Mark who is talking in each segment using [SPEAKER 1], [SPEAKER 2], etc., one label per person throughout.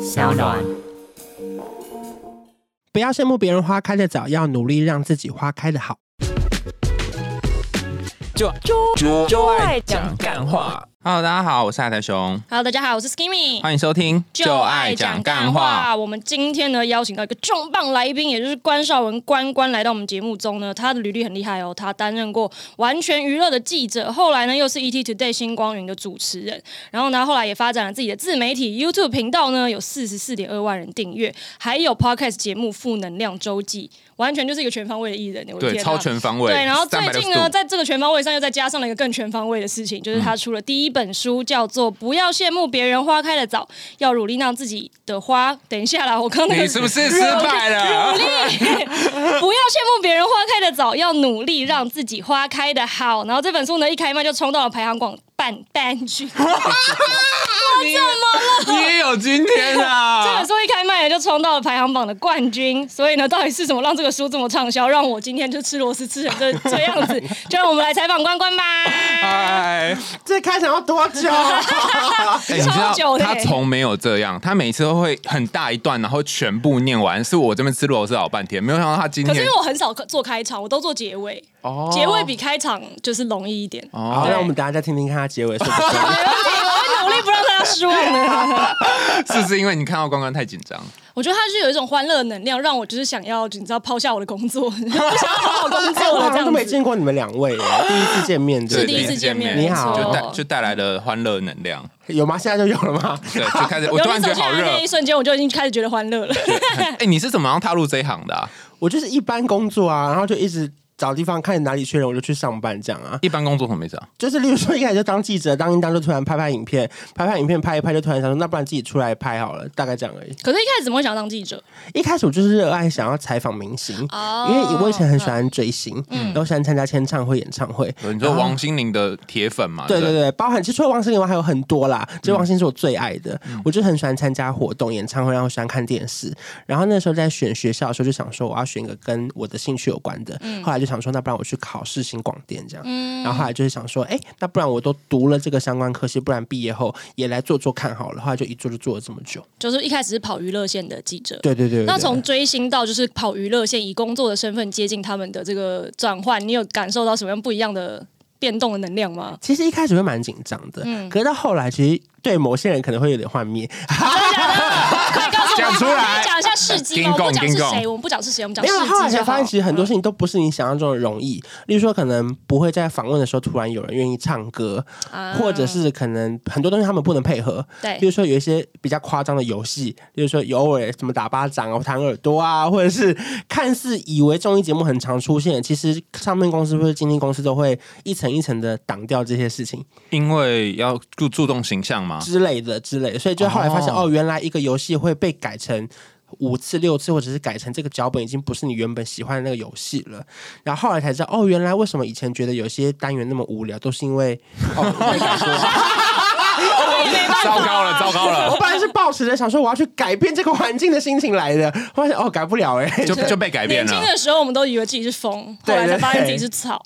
[SPEAKER 1] 小暖。
[SPEAKER 2] 不要羡慕别人花开的早，要努力让自己花开的好。
[SPEAKER 3] 就就
[SPEAKER 4] 就就
[SPEAKER 3] 就
[SPEAKER 4] 爱
[SPEAKER 3] 爱
[SPEAKER 4] 讲
[SPEAKER 3] 讲干话。
[SPEAKER 5] Hello，大家好，我是海苔熊，
[SPEAKER 4] Hello，大家好，我是 Skimmy，
[SPEAKER 5] 欢迎收听《》。
[SPEAKER 4] 我们今天呢邀请到一个重磅来宾，也就是关少文关关来到我们节目中呢，他的履历很厉害哦，他担任过完全娱乐的记者，后来呢又是 ET Today 星光云的主持人，然后呢后来也发展了自己的自媒体 YouTube 频道呢，有四十四点二万人订阅，还有 Podcast 节目《负能量周记》，完全就是一个全方位的艺人，我的
[SPEAKER 5] 对，
[SPEAKER 4] 天
[SPEAKER 5] 超
[SPEAKER 4] 哪！
[SPEAKER 5] 全方位。
[SPEAKER 4] 对，然后最近呢，
[SPEAKER 5] 360度嗯
[SPEAKER 4] 在这个全方位上又再加上了一个更全方位的事情，就是他出了第一本书，叫做《不要羡慕别人花开的早，要努力让自己的花》。等一下啦，我刚刚
[SPEAKER 5] 你是不 是失败了？
[SPEAKER 4] 不要羡慕别人花开的早，要努力让自己花开的好。然后这本书呢，一开卖就冲到了排行榜半单 曲。
[SPEAKER 5] 你也有今天
[SPEAKER 4] 这
[SPEAKER 5] 啊
[SPEAKER 4] 本！书一开卖就冲到了排行榜的冠军，所以呢，到底是什么让这个书这么畅销，让我今天就吃螺丝吃成这这样 子？就让我们来采访关关吧。
[SPEAKER 5] 哎，
[SPEAKER 2] 这开场要多久？
[SPEAKER 5] 你知
[SPEAKER 4] 超
[SPEAKER 5] 道
[SPEAKER 4] 久的
[SPEAKER 5] 他从没有这样，他每次都会很大一段，然后全部念完，是我这边吃螺丝老半天，没有想到他今
[SPEAKER 4] 可是因
[SPEAKER 5] 天
[SPEAKER 4] 为我很少做开场，我都做结尾，
[SPEAKER 5] 哦
[SPEAKER 4] 结尾比开场就是容易一 点。
[SPEAKER 2] 好，
[SPEAKER 4] 对
[SPEAKER 2] 那我们等一下再听听看他结尾是不是？
[SPEAKER 4] 啊我会努力不让大家失望啊的。
[SPEAKER 5] 是不是因为你看到关关太紧张？
[SPEAKER 4] 我觉得他是有一种欢乐能量，让我就是想要，你知道，抛下我的工作， 不想要好好工作
[SPEAKER 2] 我
[SPEAKER 4] 了
[SPEAKER 2] 好像都
[SPEAKER 4] 这样
[SPEAKER 2] 没
[SPEAKER 4] 子。
[SPEAKER 2] 见过哎你们两位耶，第一次见面，对
[SPEAKER 4] 是
[SPEAKER 2] 不
[SPEAKER 4] 第一
[SPEAKER 2] 对
[SPEAKER 4] 次见面，
[SPEAKER 2] 你好
[SPEAKER 4] 没
[SPEAKER 5] 就
[SPEAKER 4] 错
[SPEAKER 5] 带就带来了欢乐能量，
[SPEAKER 2] 有吗？现在就有了吗？
[SPEAKER 5] 对，就开始我 突
[SPEAKER 4] 有你
[SPEAKER 5] 然觉
[SPEAKER 4] 走
[SPEAKER 5] 得
[SPEAKER 4] 进
[SPEAKER 5] 好
[SPEAKER 4] 来
[SPEAKER 5] 热。
[SPEAKER 4] 那一瞬间，我就已经开始觉得欢乐了。
[SPEAKER 5] 哎，你是怎么样踏入这一行的啊？
[SPEAKER 2] 我就是一般工作啊，然后就一直找地方看哪里缺人，我就去上班这样啊。
[SPEAKER 5] 一般工作什么意思啊？
[SPEAKER 2] 就是例如说一开始就当记者，当一当就突然拍拍影片，拍拍影片拍一拍，就突然想说，那不然自己出来拍好了，大概这样而已。
[SPEAKER 4] 可是，一开始怎么会想当记者？
[SPEAKER 2] 一开始我就是热爱想要采访明星，
[SPEAKER 4] 哦嗯
[SPEAKER 2] 因为我以前很喜欢追星，然后喜欢参加签唱会、演唱会。
[SPEAKER 5] 你说王心凌的铁粉嘛？
[SPEAKER 2] 啊对嗯
[SPEAKER 5] 不
[SPEAKER 2] 对对，包含其实除了王心凌，我还有很多啦。其实王心凌是我最爱的，我就很喜欢参加活动、演唱会，然后喜欢看电视。然后那时候在选学校的时候，就想说我要选一个跟我的兴趣有关的。后来就想说，那不然我去考世新广电这样。然后后来就是想说，哎，那不然我都读了这个相关科系，不然毕业后也来做做看好了。后来就一做就做了这么久。
[SPEAKER 4] 就是一开始是跑娱乐线的记者。
[SPEAKER 2] 对对对对
[SPEAKER 4] 那
[SPEAKER 2] 对
[SPEAKER 4] 从追星到就是跑娱乐线，以工作的身份接近他们的这个转换，你有感受到什么样不一样的变动的能量吗？
[SPEAKER 2] 其实一开始会蛮紧张的，可是到后来，其实对某些人可能会有点幻灭。
[SPEAKER 4] 快告诉我
[SPEAKER 5] 讲出来
[SPEAKER 4] 你讲一下事迹吗？
[SPEAKER 5] King
[SPEAKER 4] 我
[SPEAKER 5] Kong，
[SPEAKER 4] 们不讲是
[SPEAKER 5] King Kong
[SPEAKER 4] 谁，我们不讲是谁，我们讲
[SPEAKER 2] 没有，后
[SPEAKER 4] 事
[SPEAKER 2] 来
[SPEAKER 4] 迹
[SPEAKER 2] 才
[SPEAKER 4] 就
[SPEAKER 2] 发
[SPEAKER 4] 好嗯
[SPEAKER 2] 现，。其实很多事情都不是你想象中的容易。例如说，可能不会在访问的时候突然有人愿意唱歌，或者是可能很多东西他们不能配合。
[SPEAKER 4] 啊对
[SPEAKER 2] 例如说有一些比较夸张的游戏，例如说有偶尔什么打巴掌啊、弹耳朵啊，或者是看似以为综艺节目很常出现，其实唱片公司或者经纪公司都会一层一层的挡掉这些事情。
[SPEAKER 5] 因为要注注重形象嘛。
[SPEAKER 2] 之类的之类的，所以就后来发现哦
[SPEAKER 5] 啊哦
[SPEAKER 2] 原来一个游戏会被改成。五次、六次，或者是改成这个脚本已经不是你原本喜欢的那个游戏了。然后后来才知道，哦，原来为什么以前觉得有些单元那么无聊，都是因为哦，我想说，
[SPEAKER 5] 糟糕
[SPEAKER 4] 啊
[SPEAKER 5] 了，糟糕
[SPEAKER 2] 我
[SPEAKER 5] 了，
[SPEAKER 2] 本来是抱持着想说我要去改变这个环境的心情来的，发现哦，改不了哎、
[SPEAKER 5] 就就被改变
[SPEAKER 4] 年轻
[SPEAKER 5] 了。
[SPEAKER 4] 的时候，我们都以为自己是风，后
[SPEAKER 2] 对
[SPEAKER 4] 来才发现自
[SPEAKER 2] 对
[SPEAKER 4] 己是草。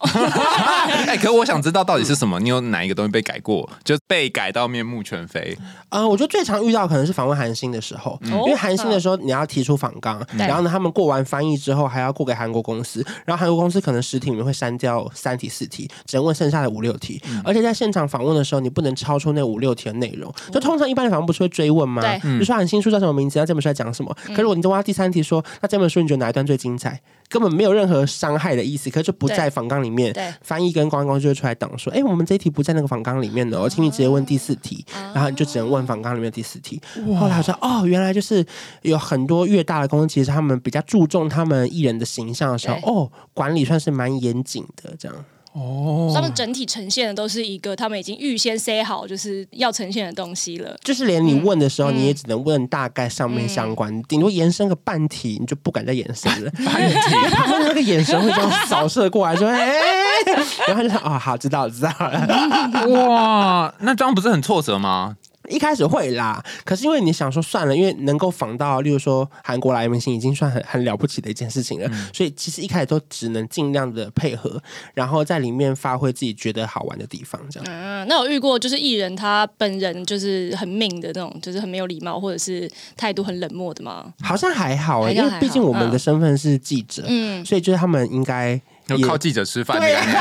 [SPEAKER 5] 哎，可我想知道到底是什么？你有哪一个东西被改过？就被改到面目全非？
[SPEAKER 2] 呃，我觉得最常遇到可能是访问韩星的时候，因为韩星的时候你要提出访纲，然后呢，他们过完翻译之后还要过给韩国公司，然后韩国公司可能十题里面会删掉三题四题，只能问剩下的五六题，而且在现场访问的时候，你不能超出那五六题的内容。就通常一般的访问不是会追问吗？
[SPEAKER 4] 对
[SPEAKER 2] 比如说韩星书叫什么名字，那这本书在讲什么？可是我你问他第三题说，那这本书你觉得哪一段最精彩？根本没有任何伤害的意思，可是就不
[SPEAKER 4] 对
[SPEAKER 2] 在访纲里面。
[SPEAKER 4] 对
[SPEAKER 2] 翻译跟公关公司就会出来挡说，哎、我们这一题不在那个访纲里面的哦，请你直接问第四题，
[SPEAKER 4] 啊
[SPEAKER 2] 然后你就只能问访纲里面的第四题。后来我说，哦，原来就是有很多越大的公司，其实他们比较注重他们艺人的形象的时候
[SPEAKER 4] 对，
[SPEAKER 2] 哦，管理算是蛮严谨的这样。
[SPEAKER 5] 哦
[SPEAKER 4] 他们整体呈现的都是一个他们已经预先 say 好就是要呈现的东西了。
[SPEAKER 2] 就是连
[SPEAKER 4] 嗯
[SPEAKER 2] 你问的时候，你也只能问大概上面相关，顶多延伸个半题，你就不敢再延伸了。 半题，他们那个眼神会这样扫射过来，说：“哎、然后就说：“哦，好，知道了，知道了。”
[SPEAKER 5] 哇，那这样不是很挫折吗？
[SPEAKER 2] 一开始会啦，可是因为你想说算了，因为能够访到，例如说韩国来明星，已经算很很了不起的一件事情了。所以其实一开始都只能尽量的配合，然后在里面发挥自己觉得好玩的地方，这样。
[SPEAKER 4] 嗯，那有遇过就是艺人他本人就是很命的那种，就是很没有礼貌或者是态度很冷漠的吗？
[SPEAKER 2] 好像还好哎、
[SPEAKER 4] 好像
[SPEAKER 2] 因为
[SPEAKER 4] 还好
[SPEAKER 2] 毕竟我们的身份是记者，
[SPEAKER 4] 嗯
[SPEAKER 2] 所以就是他们应该
[SPEAKER 5] 就
[SPEAKER 2] 也
[SPEAKER 5] 靠记者吃饭的
[SPEAKER 2] 对
[SPEAKER 5] 感觉。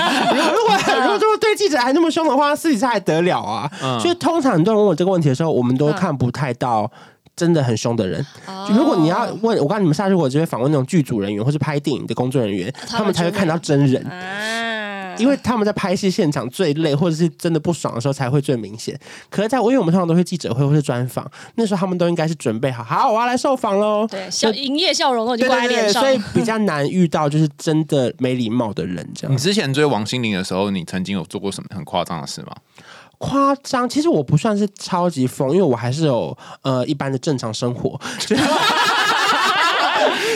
[SPEAKER 2] 啊，如果如果如果对记者还那么凶的话，私底下还得了啊？
[SPEAKER 5] 嗯
[SPEAKER 2] 所以通常很多人问我这个问题的时候，我们
[SPEAKER 4] 嗯
[SPEAKER 2] 都看不太到。真的很凶的人，就如果你要
[SPEAKER 4] 哦
[SPEAKER 2] 问我，告诉你们，下次我就会访问那种剧组人员或是拍电影的工作人员，
[SPEAKER 4] 他们嗯
[SPEAKER 2] 他们才会
[SPEAKER 4] 就会
[SPEAKER 2] 看到真人，
[SPEAKER 4] 啊，
[SPEAKER 2] 因为他们在拍戏现场最累，或者是真的不爽的时候才会最明显。可是在，因为我们通常都会记者会或是专访，那时候他们都应该是准备好，好，我要来受访喽。
[SPEAKER 4] 对笑营业笑容都已经
[SPEAKER 2] 对
[SPEAKER 4] 挂在
[SPEAKER 2] 对
[SPEAKER 4] 脸
[SPEAKER 2] 对，
[SPEAKER 4] 上
[SPEAKER 2] 所以比较难遇到就是真的没礼貌的人这样
[SPEAKER 5] 你。之前追王心凌的时候，你曾经有做过什么很夸张的事吗？
[SPEAKER 2] 夸张，其实我不算是超级疯，因为我还是有呃一般的正常生活。就是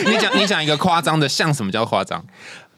[SPEAKER 5] 你讲你讲一个夸张的，像什么叫夸张？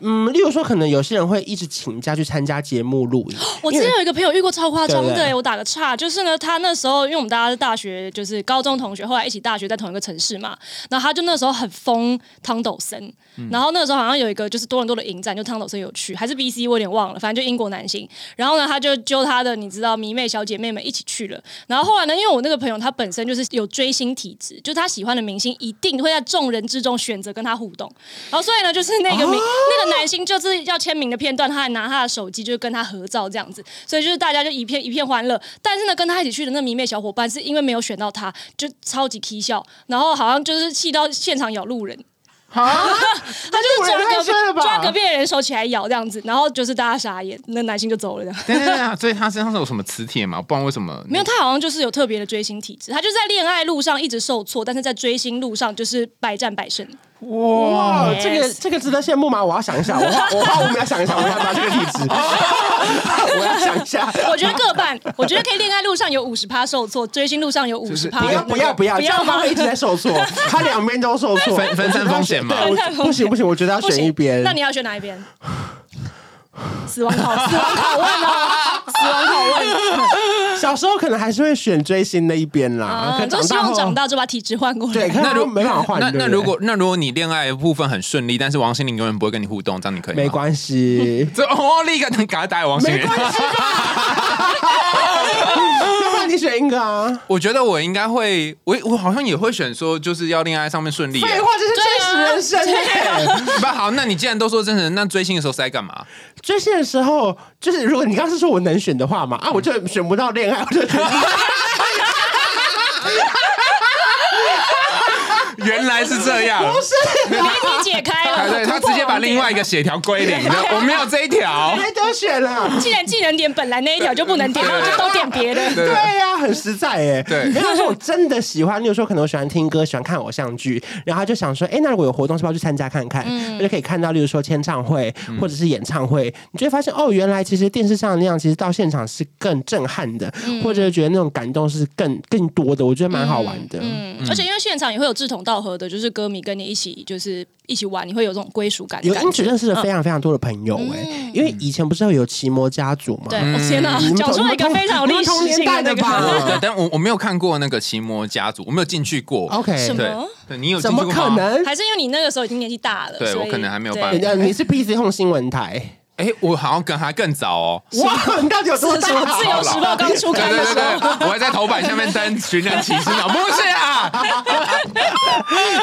[SPEAKER 2] 嗯，例如说，可能有些人会一直请假去参加节目录 影。
[SPEAKER 4] 我之前有一个朋友遇过超夸张的、
[SPEAKER 2] 对对
[SPEAKER 4] 我打个岔，就是呢，他那时候因为我们大家是大学，就是高中同学，后来一起大学在同一个城市嘛，然后他就那时候很疯汤斗森，
[SPEAKER 2] 嗯
[SPEAKER 4] 然后那时候好像有一个就是多伦多的影展，就汤斗森有去，还是 BC 我有点忘了，反正就英国男星，然后呢，他就揪他的你知道迷妹小姐妹们一起去了，然后后来呢，因为我那个朋友他本身就是有追星体质，就是他喜欢的明星一定会在众人之中选择跟他互动，然后所以呢，就是那个明、
[SPEAKER 2] 哦
[SPEAKER 4] 那个男星就是要签名的片段，他还拿他的手机就是跟他合照这样子，所以就是大家就一片一片欢乐。但是呢，跟他一起去的那迷妹小伙伴是因为没有选到他，就超级 k 笑，然后好像就是气到现场咬路人。 他就是抓
[SPEAKER 2] 啊路人太
[SPEAKER 4] 隔壁
[SPEAKER 2] 衰了吧
[SPEAKER 4] 抓隔壁的人手起来咬这样子，然后就是大家傻眼，那男星就走了这样。
[SPEAKER 5] 对对对啊，所以他身上是有什么磁铁吗？不然为什么
[SPEAKER 4] 没有，他好像就是有特别的追星体质，他就是在恋爱路上一直受挫，但是在追星路上就是百战百胜。
[SPEAKER 2] 哇，
[SPEAKER 4] Yes
[SPEAKER 2] 这个这个值得羡慕吗？我要想一下，我 花我花五秒想一下，我要不要这个体质？ 我要想一下。
[SPEAKER 4] 我觉得各半，我觉得可以恋爱路上有五十趴受挫，追星路上有五
[SPEAKER 5] 是
[SPEAKER 4] 十趴。
[SPEAKER 2] 不要不要不要，
[SPEAKER 4] 不
[SPEAKER 2] 这样他
[SPEAKER 4] 要吗
[SPEAKER 2] 会一直在 受挫，他两边都受挫，
[SPEAKER 5] 分分散风险嘛
[SPEAKER 2] 对我
[SPEAKER 4] 分散风险
[SPEAKER 2] 不行不行，我觉得要
[SPEAKER 4] 不
[SPEAKER 2] 选
[SPEAKER 4] 行
[SPEAKER 2] 一边。
[SPEAKER 4] 那你要选哪一边？ 死亡拷死亡拷问啊！死亡拷问
[SPEAKER 2] 小时候可能还是会选追星那一边 啦，可
[SPEAKER 4] 啊！
[SPEAKER 2] 能
[SPEAKER 4] 就希望
[SPEAKER 2] 后
[SPEAKER 4] 长大就把体质换过来。
[SPEAKER 2] 对，可 能
[SPEAKER 5] 那如
[SPEAKER 2] 没办法换。对
[SPEAKER 5] 那
[SPEAKER 2] 不
[SPEAKER 5] 那
[SPEAKER 2] 对
[SPEAKER 5] 如果那如果你恋爱的部分很顺利，但是王心凌永远不会跟你互动，这样你可以吗
[SPEAKER 2] 没关系，
[SPEAKER 5] 这哦，立刻赶快打给王心
[SPEAKER 2] 没
[SPEAKER 5] 凌。
[SPEAKER 2] 关系 吧？要不然你选一个啊？
[SPEAKER 5] 我觉得我应该会，我我好像也会选说，就是要恋爱上面顺利耶。啊
[SPEAKER 2] 废话，这是真实人生欸、
[SPEAKER 4] 啊
[SPEAKER 5] 不好，那你既然都说真人，那追星的时候是在干嘛？
[SPEAKER 2] 追星的时候，就是如果你刚刚是说我能选的话嘛，啊，我就选不到恋爱，我 就觉得
[SPEAKER 5] 原来是这 样，
[SPEAKER 2] 不是啊，
[SPEAKER 4] 谜题解开
[SPEAKER 5] 啊
[SPEAKER 4] 了。
[SPEAKER 5] 对他
[SPEAKER 4] 突破
[SPEAKER 5] 直接把
[SPEAKER 4] 盲点
[SPEAKER 5] 另外一个协调归零，我没有这一 条。
[SPEAKER 2] 没得选啊啦。
[SPEAKER 4] 既然技能点本来那一条就不 能点，我就都点别的。
[SPEAKER 5] 对
[SPEAKER 2] 对呀、很实在哎、
[SPEAKER 5] 对
[SPEAKER 2] 没有说我真的喜欢，例如说可能我喜欢听歌，喜欢看偶像剧，然后他就想说，哎、那如果有活动，是不是要去参加看看？我就可以看到，例如说签唱会或者是演唱会，你就会发现哦，原来其实电视上的那样，其实到现场是更震撼的，或者觉得那种感动是更更多的，我觉得蛮好玩的。
[SPEAKER 4] 嗯，而且因为现场也会有志同道合的，就是歌迷跟你一起，就是一起玩，你会有这种归属感的
[SPEAKER 2] 有
[SPEAKER 4] 感
[SPEAKER 2] 因此
[SPEAKER 4] 觉。
[SPEAKER 2] 认识了非常非常多的朋友哎、因为以前不是会有奇摩家族嘛？
[SPEAKER 4] 对，我天哪，讲出了一个非常有历史
[SPEAKER 2] 你们同年
[SPEAKER 4] 性的那
[SPEAKER 2] 代的吧
[SPEAKER 4] 个
[SPEAKER 5] 嗯对，但我我没有看过那个《奇摩家族》，我没有进去过。
[SPEAKER 2] ，OK，
[SPEAKER 4] 什
[SPEAKER 5] 对
[SPEAKER 4] 么，
[SPEAKER 5] 对你有进
[SPEAKER 2] 哦怎
[SPEAKER 5] 去
[SPEAKER 2] 么
[SPEAKER 5] 过
[SPEAKER 2] 可？
[SPEAKER 5] 吗
[SPEAKER 2] 能？
[SPEAKER 4] 还是因为你那个时候已经年纪大了，
[SPEAKER 5] 对
[SPEAKER 4] 所以
[SPEAKER 5] 我可能还没有
[SPEAKER 4] 对
[SPEAKER 5] 办法
[SPEAKER 2] 呃，你是 PC Home 新闻台。
[SPEAKER 5] 哎，我好像跟他更早哦。
[SPEAKER 2] 哇，你到底有多
[SPEAKER 4] 是什
[SPEAKER 2] 大、啊
[SPEAKER 4] 么自由时报 刚出
[SPEAKER 5] 对
[SPEAKER 4] 刊的
[SPEAKER 5] 对对
[SPEAKER 4] 时候，
[SPEAKER 5] 对，我还在头版下面登寻人启事 呢，不是啊，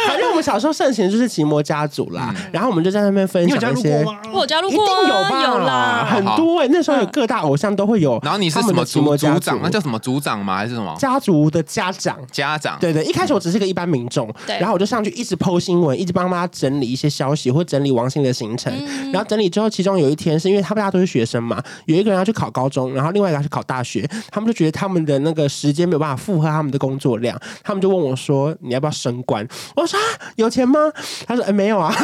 [SPEAKER 2] 反正我们小时候盛行就是奇摩家族啦，
[SPEAKER 5] 嗯
[SPEAKER 2] 然后我们就在那边分享一些，
[SPEAKER 4] 我有加入
[SPEAKER 2] 一定
[SPEAKER 4] 过啊，
[SPEAKER 2] 有吧，
[SPEAKER 4] 有啦。
[SPEAKER 2] 很多哎、那时候有各大偶像都会有。
[SPEAKER 5] 嗯然后你是
[SPEAKER 2] 他
[SPEAKER 5] 什
[SPEAKER 2] 们
[SPEAKER 5] 么
[SPEAKER 2] 的奇摩
[SPEAKER 5] 组
[SPEAKER 2] 家
[SPEAKER 5] 组
[SPEAKER 2] 族
[SPEAKER 5] 长？那叫什么组长吗？还是什么
[SPEAKER 2] 家族的家长。
[SPEAKER 5] 家长？
[SPEAKER 2] 对对，一开始我只是个一般民众，
[SPEAKER 4] 对
[SPEAKER 2] 然后我就上去一直剖新闻，一直帮妈整理一些消息，或整理王心凌的行程。然后整理之后，其中有一天是因为他们大家都是学生嘛，有一个人要去考高中，然后另外一个要去考大学，他们就觉得他们的那个时间没有办法负荷他们的工作量，他们就问我我说你要不要升官？我说、啊、有钱吗？他说、哎没有啊，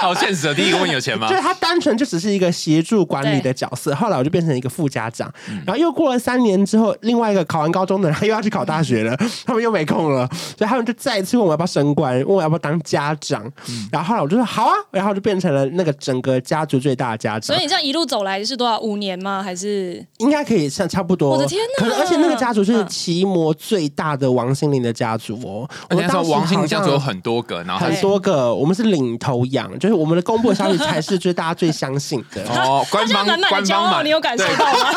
[SPEAKER 5] 好现实的。第一个问有钱 吗
[SPEAKER 2] 就？是他单纯就只是一个协助管理的角色。后来我就变成一个副家长，然后又过了三年之后，另外一个考完高中的人他又要去考大学了， 他们又没空了，所以他们就再一次问我要不要升官，问我要不要当家长。然后后来我就说好啊，然后就变成了那个整个家族最大的家长
[SPEAKER 4] 所以。你这样一路走来是多少？五年吗？还是
[SPEAKER 2] 应该可以像差不多。
[SPEAKER 4] 我的天哪
[SPEAKER 2] 可是而且那个家族是
[SPEAKER 4] 嗯
[SPEAKER 2] 奇摩最大的王心凌的家族哦。我
[SPEAKER 5] 嗯而且
[SPEAKER 2] 们
[SPEAKER 5] 那时候
[SPEAKER 2] 当时
[SPEAKER 5] 王心凌家族有
[SPEAKER 2] 好像
[SPEAKER 5] 很多个，然后
[SPEAKER 2] 很多个，我们是领头羊，就是我们的公布的消息才是就是大家最相信的。
[SPEAKER 5] 他哦，官
[SPEAKER 4] 他现在
[SPEAKER 5] 方
[SPEAKER 4] 满满
[SPEAKER 5] 官
[SPEAKER 4] 的骄
[SPEAKER 5] 方
[SPEAKER 4] 傲，
[SPEAKER 5] 网
[SPEAKER 4] 你有感受到吗？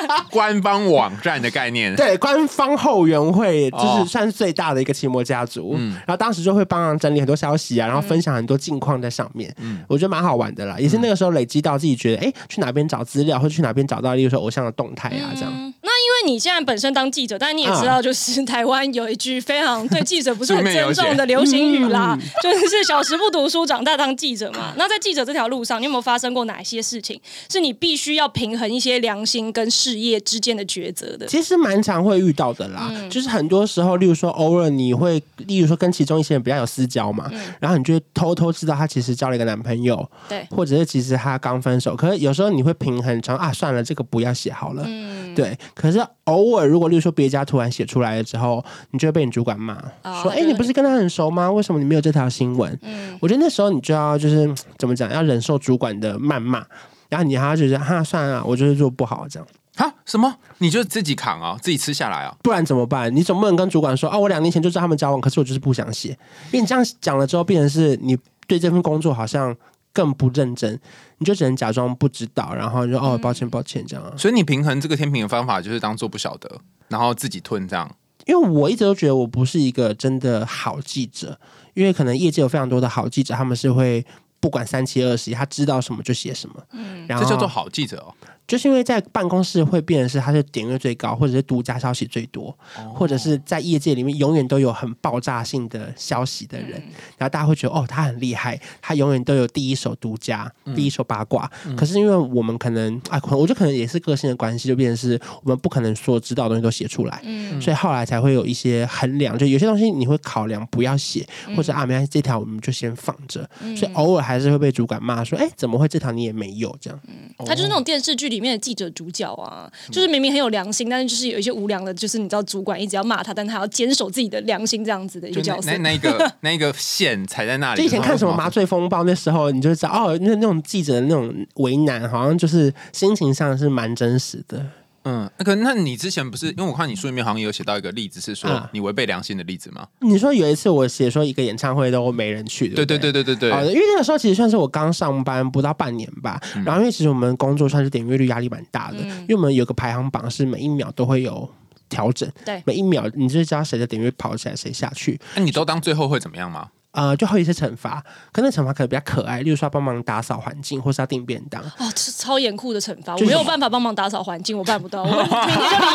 [SPEAKER 5] 对官方网站的概 念，
[SPEAKER 2] 对，官方后援会就是
[SPEAKER 5] 哦
[SPEAKER 2] 算是最大的一个奇摩家族，然后当时就会帮忙整理很多消息啊，然后分享很多近况在上面，我觉得蛮好玩的啦，也是那个时候累积到自己觉得，哎，去哪边找资料，或者去哪边找到，例如说偶像的动态啊，这
[SPEAKER 4] 嗯
[SPEAKER 2] 样，
[SPEAKER 4] 那因为你现在本身当记者，但你也知道，就是台湾有一句非常对记者不是很尊重的流行语 啦，就是小时不读书，长大当记者嘛。那在记者这条路上，你有没有发生过哪些事情，是你必须要平衡一些良心跟事业之间的抉择的？
[SPEAKER 2] 其实蛮常会遇到的啦，就是很多时候，例如说偶尔你会，例如说跟其中一些人比较有私交嘛，然后你就会偷偷知道她其实交了一个男朋友，
[SPEAKER 4] 对，
[SPEAKER 2] 或者是其实他刚分手，可是有时候你会平衡成啊，算了，这个不要写好了。
[SPEAKER 4] 嗯
[SPEAKER 2] 对。可是偶尔，如果例如说别家突然写出来了之后，你就会被你主管骂，
[SPEAKER 4] 哦嗯
[SPEAKER 2] 说：“哎、
[SPEAKER 4] 就是
[SPEAKER 2] 你不是跟他很熟吗？为什么你没有这条新闻？”我觉得那时候你就要就是嗯怎么讲，要忍受主管的谩骂，然后你还要觉得哈，算了，我就是做不好这样。
[SPEAKER 5] 啊？什么？你就自己扛啊、自己吃下来啊、
[SPEAKER 2] 不然怎么办？你总不能跟主管说啊，我两年前就知道他们交往，可是我就是不想写，因为你这样讲了之后，变成是你对这份工作好像更不认真，你就只能假装不知道，然后就哦，抱歉抱歉这样啊。
[SPEAKER 5] 所以你平衡这个天平的方法就是当做不晓得，然后自己吞这样。
[SPEAKER 2] 因为我一直都觉得我不是一个真的好记者，因为可能业界有非常多的好记者，他们是会。不管三七二十一，他知道什么就写什么，嗯，然后
[SPEAKER 5] 这叫做好记者哦。
[SPEAKER 2] 就是因为在办公室会变成是他是点阅最高，或者是独家消息最多，或者是在业界里面永远都有很爆炸性的消息的人，然后大家会觉得哦，他很厉害，他永远都有第一手独家、第一手八卦。可是因为我们可能啊，可能我就可能也是个性的关系，就变成是我们不可能所知道的东西都写出来，所以后来才会有一些衡量，就有些东西你会考量不要写，或者啊，没关系，这条我们就先放着。所以偶尔还是会被主管骂说，哎，怎么会这条你也没有这样？
[SPEAKER 4] 他就是那
[SPEAKER 2] 哦
[SPEAKER 4] 种电视剧里面的记者主角啊，就是明明很有良心，但是就是有一些无良的，就是你知道主管一直要骂他，但他还要坚守自己的良心这样子的一
[SPEAKER 5] 就
[SPEAKER 4] 个角色
[SPEAKER 5] 那那。那一个 那一个线踩在那里。
[SPEAKER 2] 就以前看什么《
[SPEAKER 5] 然后
[SPEAKER 2] 麻醉风暴》那时候，你就知道哦，那那种记者的那种为难，好像就是心情上是蛮真实的。
[SPEAKER 5] 嗯，那个，那你之前不是因为我看你书里面好像也有写到一个例子，是说
[SPEAKER 2] 啊
[SPEAKER 5] 你违背良心的例子吗？
[SPEAKER 2] 你说有一次我写说一个演唱会都没人去，
[SPEAKER 5] 对
[SPEAKER 2] 对
[SPEAKER 5] 对
[SPEAKER 2] 不
[SPEAKER 5] 对对对对，
[SPEAKER 2] 哦，因为那个时候其实算是我刚上班不到半年吧，
[SPEAKER 5] 嗯
[SPEAKER 2] 然后因为其实我们工作算是点阅率压力蛮大的，因为我们有个排行榜是每一秒都会有调整，
[SPEAKER 4] 对
[SPEAKER 2] 每一秒你就知道谁的点阅跑起来，谁下去，
[SPEAKER 5] 那、你都当最后会怎么样吗？
[SPEAKER 2] 呃，就会有一些惩罚，可那惩罚可能比较可爱，例如说要帮忙打扫环境，或是要订便当，
[SPEAKER 4] 哦，这超严酷的惩罚，我
[SPEAKER 2] 就是
[SPEAKER 4] 没有办法帮忙打扫环境，我办不到，我明天 就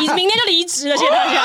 [SPEAKER 4] 离，明天就离职了，谢谢大
[SPEAKER 2] 嗯
[SPEAKER 4] 家。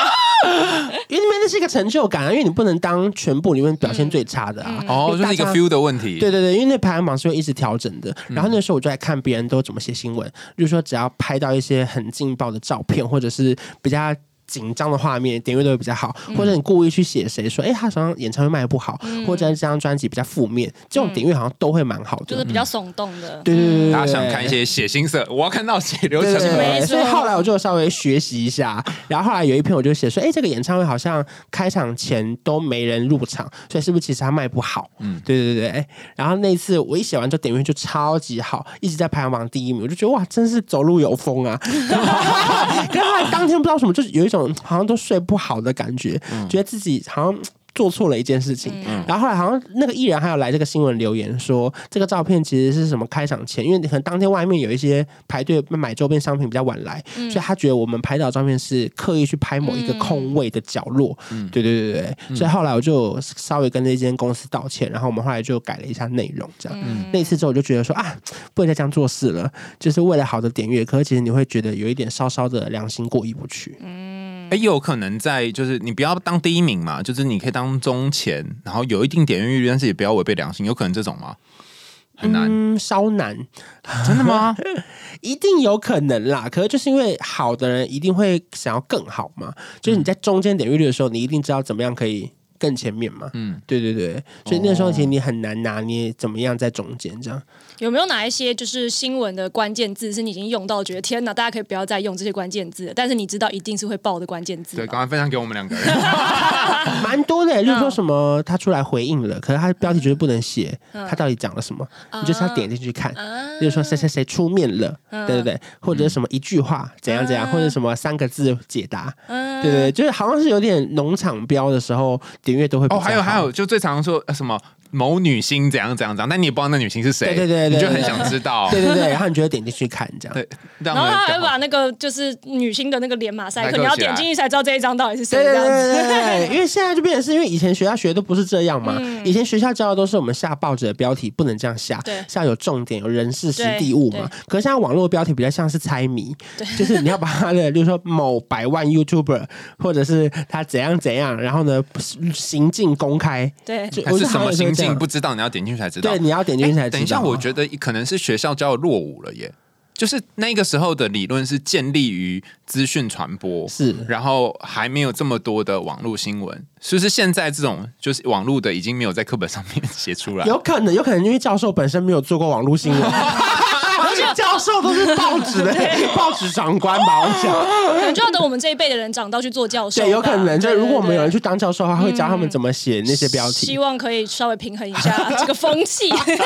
[SPEAKER 2] 因为那边那是一个成就感啊，因为你不能当全部里面表
[SPEAKER 4] 嗯
[SPEAKER 2] 现最差的啊。
[SPEAKER 5] 哦，就是一个
[SPEAKER 2] 大家
[SPEAKER 5] feel 的问题。
[SPEAKER 2] 对对对，因为那排行榜是会一直调整的。
[SPEAKER 5] 嗯
[SPEAKER 2] 然后那时候我就在看别人都怎么写新闻，比如说只要拍到一些很劲爆的照片，或者是比较。紧张的画面点阅都会比较好，
[SPEAKER 4] 嗯
[SPEAKER 2] 或者你故意去写谁说，哎、他好像演唱会卖得不好，或者这张专辑比较负面，这种点阅好像都会蛮好的。
[SPEAKER 4] 就是比较耸动的。
[SPEAKER 2] 对对对对，
[SPEAKER 5] 大家想
[SPEAKER 2] 对
[SPEAKER 5] 看一些血腥色，我要看到血流
[SPEAKER 2] 对
[SPEAKER 5] 成
[SPEAKER 2] 对
[SPEAKER 5] 河。
[SPEAKER 4] 没
[SPEAKER 2] 对，
[SPEAKER 4] 错
[SPEAKER 2] 所以后来我就稍微学习一下，然后后来有一篇我就写说，哎、这个演唱会好像开场前都没人入场，所以是不是其实它卖不好？嗯，对对对对。然后那一次我一写完之后，点阅就超级好，一直在排行榜第一名，我就觉得哇，真是走路有风啊！然后后来当天不知道什么，就是有一种好像都睡不好的感觉，觉得自己好像。做错了一件事情，然后后来好像那个艺人还有来这个新闻留言说，这个照片其实是什么开场前，因为可能当天外面有一些排队买周边商品比较晚来，所以他觉得我们拍到的照片是刻意去拍某一个空位的角落，
[SPEAKER 5] 嗯
[SPEAKER 2] 对对对对，所以后来我就稍微跟那间公司道歉，然后我们后来就改了一下内容，这样、
[SPEAKER 4] 嗯
[SPEAKER 2] 那次之后我就觉得说啊，不能再这样做事了，就是为了好的点阅，可是其实你会觉得有一点稍稍的良心过意不去，
[SPEAKER 5] 哎，有可能在就是你不要当第一名嘛，就是你可以当中前，然后有一定点阅率，但是也不要违背良心，有可能这种吗？很难，
[SPEAKER 2] 嗯，稍难，
[SPEAKER 5] 真的 吗？
[SPEAKER 2] 一定有可能啦。可是就是因为好的人一定会想要更好嘛，就是你在中间点阅率的时候，你一定知道怎么样可以更前面嘛。
[SPEAKER 5] 嗯，哦
[SPEAKER 2] 对对对，所以那时候其实你很难拿捏怎么样在中间这样。
[SPEAKER 4] 有没有哪一些就是新闻的关键字是你已经用到觉得天哪，大家可以不要再用这些关键字了，但是你知道一定是会爆的关键字
[SPEAKER 5] 对，
[SPEAKER 4] 吗？
[SPEAKER 5] 赶快分享给我们两个人。
[SPEAKER 2] 蛮多的、例如说什么他出来回应了，可是他的标题绝对不能写，他到底讲了什么，你就是要点进去
[SPEAKER 4] 嗯
[SPEAKER 2] 看。
[SPEAKER 4] 啊
[SPEAKER 2] 例如说谁谁谁出面了，对对对，或者什么一句话怎样怎样，或者什么三个字解答，对对对，就是好像是有点农场标的时候，点阅都会比
[SPEAKER 5] 哦，
[SPEAKER 2] 较
[SPEAKER 5] 还有
[SPEAKER 2] 好
[SPEAKER 5] 还有，就最常说呃什么某女星怎样怎样怎样，但你也不知道那女星是谁，
[SPEAKER 2] 对对对对
[SPEAKER 5] 你就很
[SPEAKER 2] 对
[SPEAKER 5] 想知道。
[SPEAKER 2] 对对对，然后你就会点进去看这样。
[SPEAKER 5] 对，让
[SPEAKER 4] 然后
[SPEAKER 5] 我
[SPEAKER 4] 他还
[SPEAKER 5] 讲
[SPEAKER 4] 会把那个就是女星的那个脸马赛克，你要点进去才知道这一张到底是谁
[SPEAKER 2] 对
[SPEAKER 4] 这
[SPEAKER 2] 对
[SPEAKER 4] 样子。
[SPEAKER 2] 对对对，因为现在就变成是因为以前学校学的都不是这样嘛，以前学校教的都是我们下报纸的标题不能这样下
[SPEAKER 4] 对，
[SPEAKER 2] 是要有重点、有人事、实地物嘛。可是现在网络标题比较像是猜谜，就是你要把他的，比如说某百万 YouTuber，或者是他怎样怎样，然后呢行径公开，
[SPEAKER 4] 对
[SPEAKER 2] 就
[SPEAKER 5] 还是什么行径，
[SPEAKER 2] 我
[SPEAKER 5] 不知道，你要点进去才知
[SPEAKER 2] 觉得
[SPEAKER 5] 道
[SPEAKER 2] 好像有时候这样对，。你要点进去才知道。
[SPEAKER 5] 等一下，我觉得可能是学校教落伍了耶。就是那个时候的理论是建立于资讯传播，
[SPEAKER 2] 是
[SPEAKER 5] 然后还没有这么多的网络新闻，就是现在这种就是网络的已经没有在课本上面写出来。
[SPEAKER 2] 有可能，有可能因为教授本身没有做过网络新闻。而且教授都是报纸的报纸长官吧，我想。
[SPEAKER 4] 可能就要等我们这一辈的人长到去做教授吧。
[SPEAKER 2] 对，有可能。就
[SPEAKER 4] 对
[SPEAKER 2] 如果我们有人
[SPEAKER 4] 对嗯
[SPEAKER 2] 去当教授的话，会教他们怎么写那些标
[SPEAKER 4] 希
[SPEAKER 2] 题。
[SPEAKER 4] 望可以稍微平衡一下这个风 气。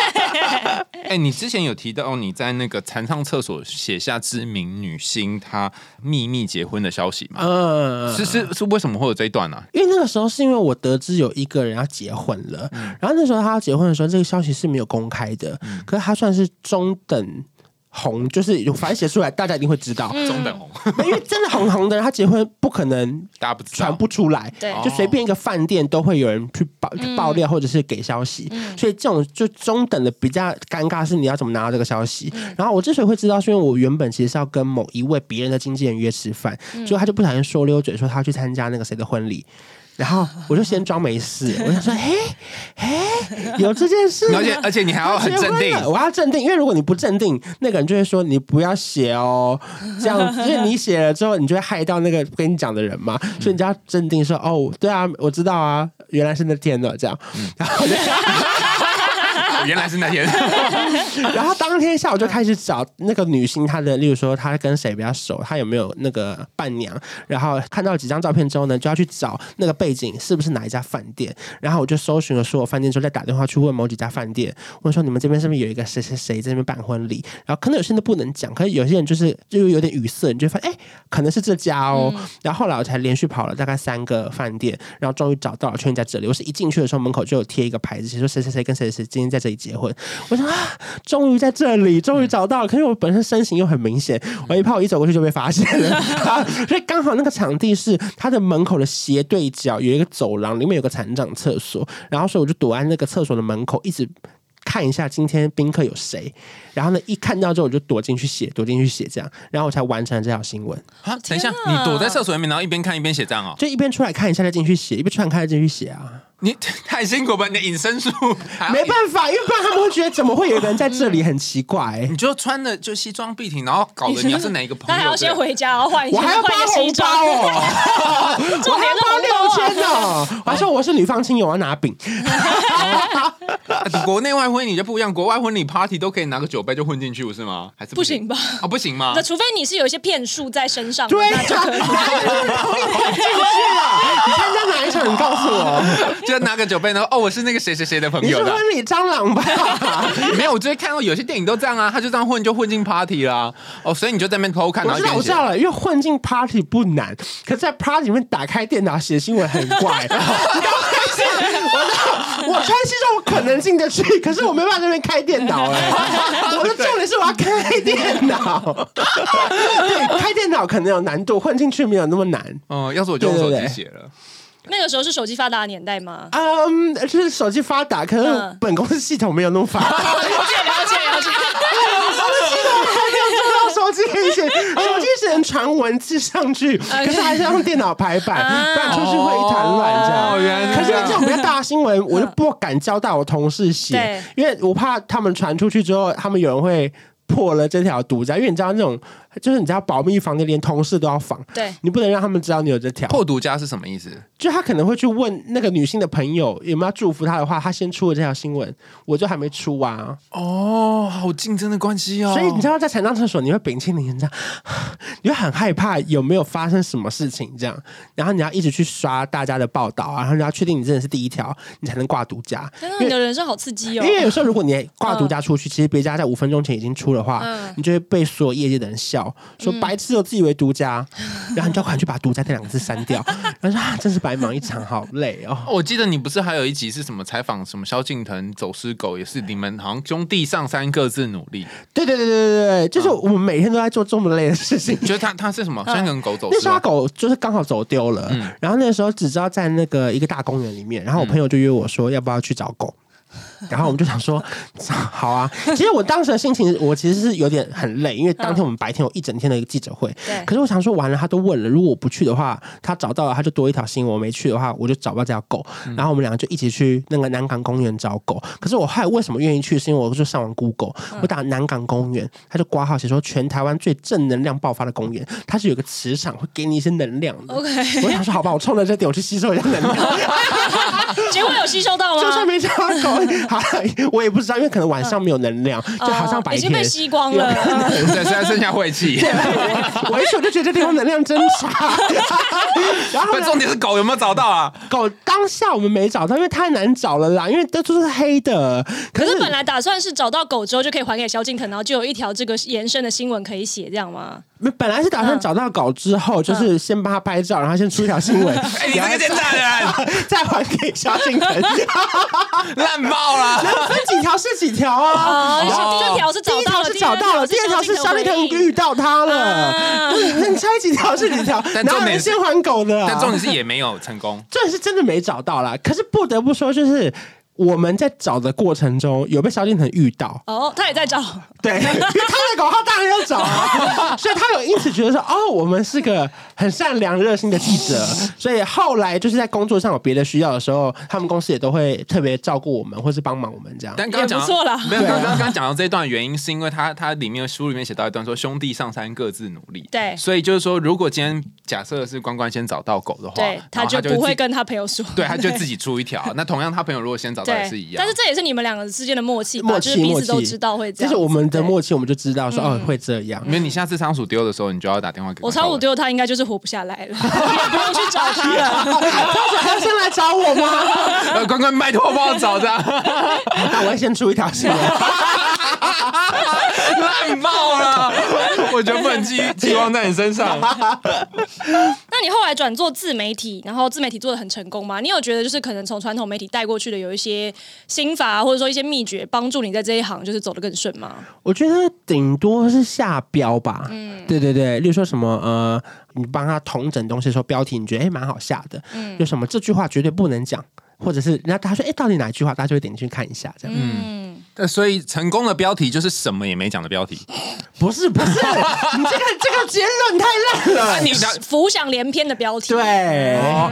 [SPEAKER 5] 哎、你之前有提到你在那个残障厕所写下知名女星她秘密结婚的消息吗？
[SPEAKER 2] 嗯，
[SPEAKER 5] 是是是，为什么会有这一段呢、啊？
[SPEAKER 2] 因为那个时候是因为我得知有一个人要结婚了，
[SPEAKER 4] 嗯
[SPEAKER 2] 然后那时候他要结婚的时候，这个消息是没有公开的，可是他算是中等。红就是有反正写出来，大家一定会知
[SPEAKER 4] 嗯
[SPEAKER 2] 道。
[SPEAKER 5] 中等红，
[SPEAKER 2] 因为真的红红的人，他结婚不可能
[SPEAKER 5] 大家不知道
[SPEAKER 2] 传不出来，
[SPEAKER 4] 对
[SPEAKER 2] 就随便一个饭店都会有人去爆去爆料或者是给消息，所以这种就中等的比较尴尬是你要怎么拿到这个消息。然后我之所以会知道，是因为我原本其实是要跟某一位别人的经纪人约吃饭，结果他就不小心说溜嘴，说他要去参加那个谁的婚礼。然后我就先装没事，我想说，嘿，嘿，有这件事吗，
[SPEAKER 5] 而且而且你还要很镇
[SPEAKER 2] 啊结
[SPEAKER 5] 定
[SPEAKER 2] 婚，了我要镇定，因为如果你不镇定，那个人就会说你不要写 哦，这样，因为你写了之后，你就会害到那个跟你讲的人嘛，所以你就要镇定说哦，对啊，我知道啊，原来是那天的这样，然后我就。
[SPEAKER 5] 哦原来是那天。
[SPEAKER 2] 然后当天下午就开始找那个女星，她的，例如说她跟谁比较熟，她有没有那个伴娘，然后看到几张照片之后呢，就要去找那个背景是不是哪一家饭店。然后我就搜寻了所有饭店之后，再打电话去问某几家饭店，问说你们这边是不是有一个谁谁谁在那边办婚礼？然后可能有些人不能讲，可是有些人就是就有点语塞，你就会发现哎，可能是这家哦。然后后来我才连续跑了大概三个饭店，然后终于找到了，确认在这里。我是一进去的时候，门口就有贴一个牌子，写说谁谁谁跟谁谁今天在这里结婚。我想啊，终于在这里，终于找到了。可是我本身身形又很明显，我一怕我一走过去就被发现了。啊所以刚好那个场地是它的门口的斜对角有一个走廊，里面有个残障厕所，然后所以我就躲在那个厕所的门口一直。看一下今天宾客有谁，然后呢，一看到之后我就躲进去写，躲进去写这样，然后我才完成了这条新闻。
[SPEAKER 5] 啊！等一下，
[SPEAKER 4] 天
[SPEAKER 5] 你
[SPEAKER 4] 啊
[SPEAKER 5] 躲在厕所里面，然后一边看一边写账哦。
[SPEAKER 2] 就一边出来看一下再进去写，一边出来看再进去写啊，
[SPEAKER 5] 你 太辛苦吧？你的隐身术还要
[SPEAKER 2] 没办法，因为不然他们会觉得怎么会有一个人在这里，很奇怪、欸
[SPEAKER 5] 你就穿的就西装笔挺，然后搞得你要是哪一个朋
[SPEAKER 4] 他
[SPEAKER 5] 友，
[SPEAKER 4] 还要先回家，然后换一
[SPEAKER 2] 我
[SPEAKER 4] 下
[SPEAKER 2] 还要包
[SPEAKER 4] 换一个
[SPEAKER 2] 红
[SPEAKER 4] 西
[SPEAKER 2] 包
[SPEAKER 4] 装。
[SPEAKER 2] 哦，我
[SPEAKER 4] 重
[SPEAKER 2] 还
[SPEAKER 4] 点
[SPEAKER 2] 要
[SPEAKER 4] 是
[SPEAKER 2] 包六
[SPEAKER 4] 红
[SPEAKER 2] 千哦，我还说我是女方亲友，我要拿饼，
[SPEAKER 5] 啊国内外婚礼就不一样，国外婚礼 party 都可以拿个酒杯就混进去，不是吗？还是
[SPEAKER 4] 不行吧
[SPEAKER 5] 啊，不行吗
[SPEAKER 4] 那？除非你是有一些骗术在身上，
[SPEAKER 2] 对
[SPEAKER 4] 那就
[SPEAKER 2] 呀，哪有人同意我进去啊？你参加哪一场？你告诉 我，
[SPEAKER 5] 就拿个酒杯，然后哦，我是那个谁谁谁的朋
[SPEAKER 2] 你
[SPEAKER 5] 友
[SPEAKER 2] 是
[SPEAKER 5] 的。
[SPEAKER 2] 婚礼蟑螂吧？
[SPEAKER 5] 没有，我就会看到有些电影都这样啊，他就这样混就混进 party 啦。哦，所以你就在那边偷看，
[SPEAKER 2] 我
[SPEAKER 5] 然后
[SPEAKER 2] 知
[SPEAKER 5] 一
[SPEAKER 2] 道，我
[SPEAKER 5] 边
[SPEAKER 2] 知
[SPEAKER 5] 写。
[SPEAKER 2] 道了，因为混进 party 不难，可是在 party 里面打开电脑写新闻很怪。你懂我意思吗我知道我穿西装我可能进得去，可是我没办法在那边开电脑哎、我的重点是我要开电脑，对，开电脑可能有难度，混进去没有那么难。
[SPEAKER 5] 嗯，要是我就用手
[SPEAKER 2] 对对
[SPEAKER 5] 机
[SPEAKER 2] 对
[SPEAKER 5] 写了。
[SPEAKER 4] 那个时候是手机发达的年 代吗？
[SPEAKER 2] 嗯，就是手机发达，可是
[SPEAKER 4] 嗯
[SPEAKER 2] 本公司系统没有那么发达。
[SPEAKER 4] 了解了解了解。
[SPEAKER 2] 知道手机哎可以写，手机只能传文字上去，可是还是要用电脑排版，不然出去会一团乱这样。
[SPEAKER 5] 哦原来
[SPEAKER 2] 可
[SPEAKER 5] 是
[SPEAKER 2] 是
[SPEAKER 5] 这样
[SPEAKER 2] 这种比较大新闻我就不敢交代我同事写
[SPEAKER 4] 对，
[SPEAKER 2] 因为我怕他们传出去之后，他们有人会破了这条独家，因为你知道那种就是你知道保密房，连同事都要防，
[SPEAKER 4] 对，
[SPEAKER 2] 你不能让他们知道你有这条。
[SPEAKER 5] 破独家是什么意思？
[SPEAKER 2] 就他可能会去问那个女性的朋友有没有要祝福她的话，她先出了这条新闻，我就还没出啊。
[SPEAKER 5] 哦，好竞争的关系哦
[SPEAKER 2] 所以你知道，在残障厕所，你会屏气凝神，这样，你会很害怕有没有发生什么事情这样。然后你要一直去刷大家的报道啊，然后你要确定你真的是第一条，你才能挂独家。
[SPEAKER 4] 真的，你的人生好刺激
[SPEAKER 2] 因
[SPEAKER 4] 哦！
[SPEAKER 2] 为有时嗯候如果你挂独家出去，其实别家在五分钟前已经出的话，
[SPEAKER 4] 嗯
[SPEAKER 2] 你就会被所有业界的人笑，说白痴哦，自以为独家，然后你就要赶快去把独家这两个字删掉， 然后说啊，真是白忙一场，好累哦。
[SPEAKER 5] 我记得你不是还有一集是什么采访什么萧敬腾走失狗，也是你们好像兄弟上山各自努力。
[SPEAKER 2] 对对对对对对，就是我们每天都在做这么累的事情。
[SPEAKER 5] 就是他他是什么？香港狗走
[SPEAKER 2] 那
[SPEAKER 5] 失
[SPEAKER 2] 时候
[SPEAKER 5] 吗？
[SPEAKER 2] 狗嗯就是啊刚好走丢了，
[SPEAKER 5] 嗯
[SPEAKER 2] 然后那时候只知道在那个一个大公园里面，然后我朋友就约我说要不要去找狗， 然后我们就想说好啊。其实我当时的心情，我其实是有点很累，因为当天我们白天有一整天的一个记者会，
[SPEAKER 4] 对
[SPEAKER 2] 可是我想说完了，他都问了，如果我不去的话，他找到了他就多一条新闻；我没去的话，我就找不到这条狗。
[SPEAKER 4] 嗯
[SPEAKER 2] 然后我们两个就一起去那个南港公园找狗。可是我后来为什么愿意去？是因为我就上网 Google，我
[SPEAKER 4] 嗯
[SPEAKER 2] 打南港公园，他就挂号写说全台湾最正能量爆发的公园，它是有个磁场会给你一些能量的。
[SPEAKER 4] ，OK，
[SPEAKER 2] 我想说，好吧，我冲着这点我去吸收一下能量，
[SPEAKER 4] 结果有吸收到吗？哦
[SPEAKER 2] 就算没找到狗，好，我也不知道，因为可能晚上没有能量，就好像
[SPEAKER 4] 哦
[SPEAKER 2] 白
[SPEAKER 4] 已经被
[SPEAKER 2] 天。
[SPEAKER 4] 吸光了。嗯
[SPEAKER 5] 对，现在剩下 晦气。
[SPEAKER 2] 我一去我就觉得这地方能量真差， 然后
[SPEAKER 5] 不，
[SPEAKER 2] 呢
[SPEAKER 5] 重点是狗有没有找到 啊？
[SPEAKER 2] 狗当下我们没找到，因为太难找了啦，因为这都是黑的。可
[SPEAKER 4] 可是
[SPEAKER 2] 是
[SPEAKER 4] 本来打算是找到狗之后就可以还给萧敬腾，然后就有一条这个延伸的新闻可以写，这样吗？
[SPEAKER 2] 本本来是嗯打算找到狗之后，就是先帮他拍照，然后先出一条新 闻，
[SPEAKER 5] 哎，你这个奸诈
[SPEAKER 2] 再还给萧敬腾。啊
[SPEAKER 5] 人， 烂 爆了！
[SPEAKER 2] 分几条是几条啊？
[SPEAKER 4] 哦，
[SPEAKER 2] 然后
[SPEAKER 4] 这条是
[SPEAKER 2] 第
[SPEAKER 4] 找
[SPEAKER 2] 一
[SPEAKER 4] 到
[SPEAKER 2] 条
[SPEAKER 4] 了，
[SPEAKER 2] 是找到了，第二条是萧敬腾嗯
[SPEAKER 4] 回应
[SPEAKER 2] 遇到他了
[SPEAKER 4] 啊。
[SPEAKER 2] 就是你能拆几条是几条？
[SPEAKER 5] 但
[SPEAKER 2] 哪
[SPEAKER 5] 重
[SPEAKER 2] 有
[SPEAKER 5] 点
[SPEAKER 2] 人
[SPEAKER 5] 是
[SPEAKER 2] 先还狗的啊？
[SPEAKER 5] 但重点是也没有成功。
[SPEAKER 2] 这是真的没找到啦。可是不得不说，就是我们在找的过程中有被萧敬腾遇到。
[SPEAKER 4] 哦，他也在找，
[SPEAKER 2] 对，因为他的狗他当然要找啊，所以他有因此觉得说，哦，我们是个很善良热心的记者，所以后来就是在工作上有别的需要的时候，他们公司也都会特别照顾我们，或是帮忙我们这样。
[SPEAKER 5] 但刚刚讲到
[SPEAKER 4] 也不错啦
[SPEAKER 5] 没有，刚
[SPEAKER 2] 啊
[SPEAKER 5] 刚刚刚讲到这一段原因是因为他他里面书里面写到一段说兄弟上山各自努力。
[SPEAKER 4] 对
[SPEAKER 5] 所以就是说，如果今天假设是关关先找到狗的话，
[SPEAKER 4] 对
[SPEAKER 5] 然，
[SPEAKER 4] 他
[SPEAKER 5] 后
[SPEAKER 4] 就
[SPEAKER 5] 就
[SPEAKER 4] 不
[SPEAKER 5] 自
[SPEAKER 4] 会
[SPEAKER 5] 己
[SPEAKER 4] 跟他朋友 说。
[SPEAKER 5] 对，他就自己出一 条。那同样，他朋友如果先找到也是一
[SPEAKER 4] 对，
[SPEAKER 5] 样。
[SPEAKER 4] 但是这也是你们两个之间的默契吧，
[SPEAKER 2] 默
[SPEAKER 4] 就是
[SPEAKER 2] 契，
[SPEAKER 4] 彼
[SPEAKER 2] 默
[SPEAKER 4] 此都
[SPEAKER 2] 契，
[SPEAKER 4] 知道会这
[SPEAKER 2] 这
[SPEAKER 4] 样
[SPEAKER 2] 是
[SPEAKER 4] 子。
[SPEAKER 2] 我们的
[SPEAKER 4] 对
[SPEAKER 2] 默契，我们就知道说，哦，会这 样。
[SPEAKER 5] 没有，你下次仓鼠丢的时候，你就要打电话给
[SPEAKER 4] 我
[SPEAKER 5] 关
[SPEAKER 4] 超
[SPEAKER 5] 关
[SPEAKER 4] 五
[SPEAKER 5] 了
[SPEAKER 4] 丢他应该就是活不下来 了，也不用去找他了。
[SPEAKER 2] 他说还要先来找我吗？
[SPEAKER 5] 呃，关关，拜托帮我找 他，
[SPEAKER 2] 那我要先出一条新闻。
[SPEAKER 5] 烂爆了！我觉得不能寄寄望在你身 上。
[SPEAKER 4] 那你后来转做自媒体，然后自媒体做的很成功吗？你有觉得就是可能从传统媒体带过去的有一些心法啊，或者说一些秘诀，帮助你在这一行就是走得更顺吗？
[SPEAKER 2] 我觉得顶多是下标吧，
[SPEAKER 4] 嗯
[SPEAKER 2] 对对对，例如说什么呃，你帮他统整东西的时候，标题你觉得哎蛮好下的，嗯，有什么这句话绝对不能讲，或者是人家他说哎到底哪一句话，大家就会点进去看一下，这样，
[SPEAKER 4] 嗯，
[SPEAKER 5] 那呃所以成功的标题就是什么也没讲的标题。
[SPEAKER 2] 不是 不是，你这个这个结论太烂了，
[SPEAKER 5] 你讲
[SPEAKER 4] 浮想联啊翩的标题，
[SPEAKER 2] 对，
[SPEAKER 5] 哦，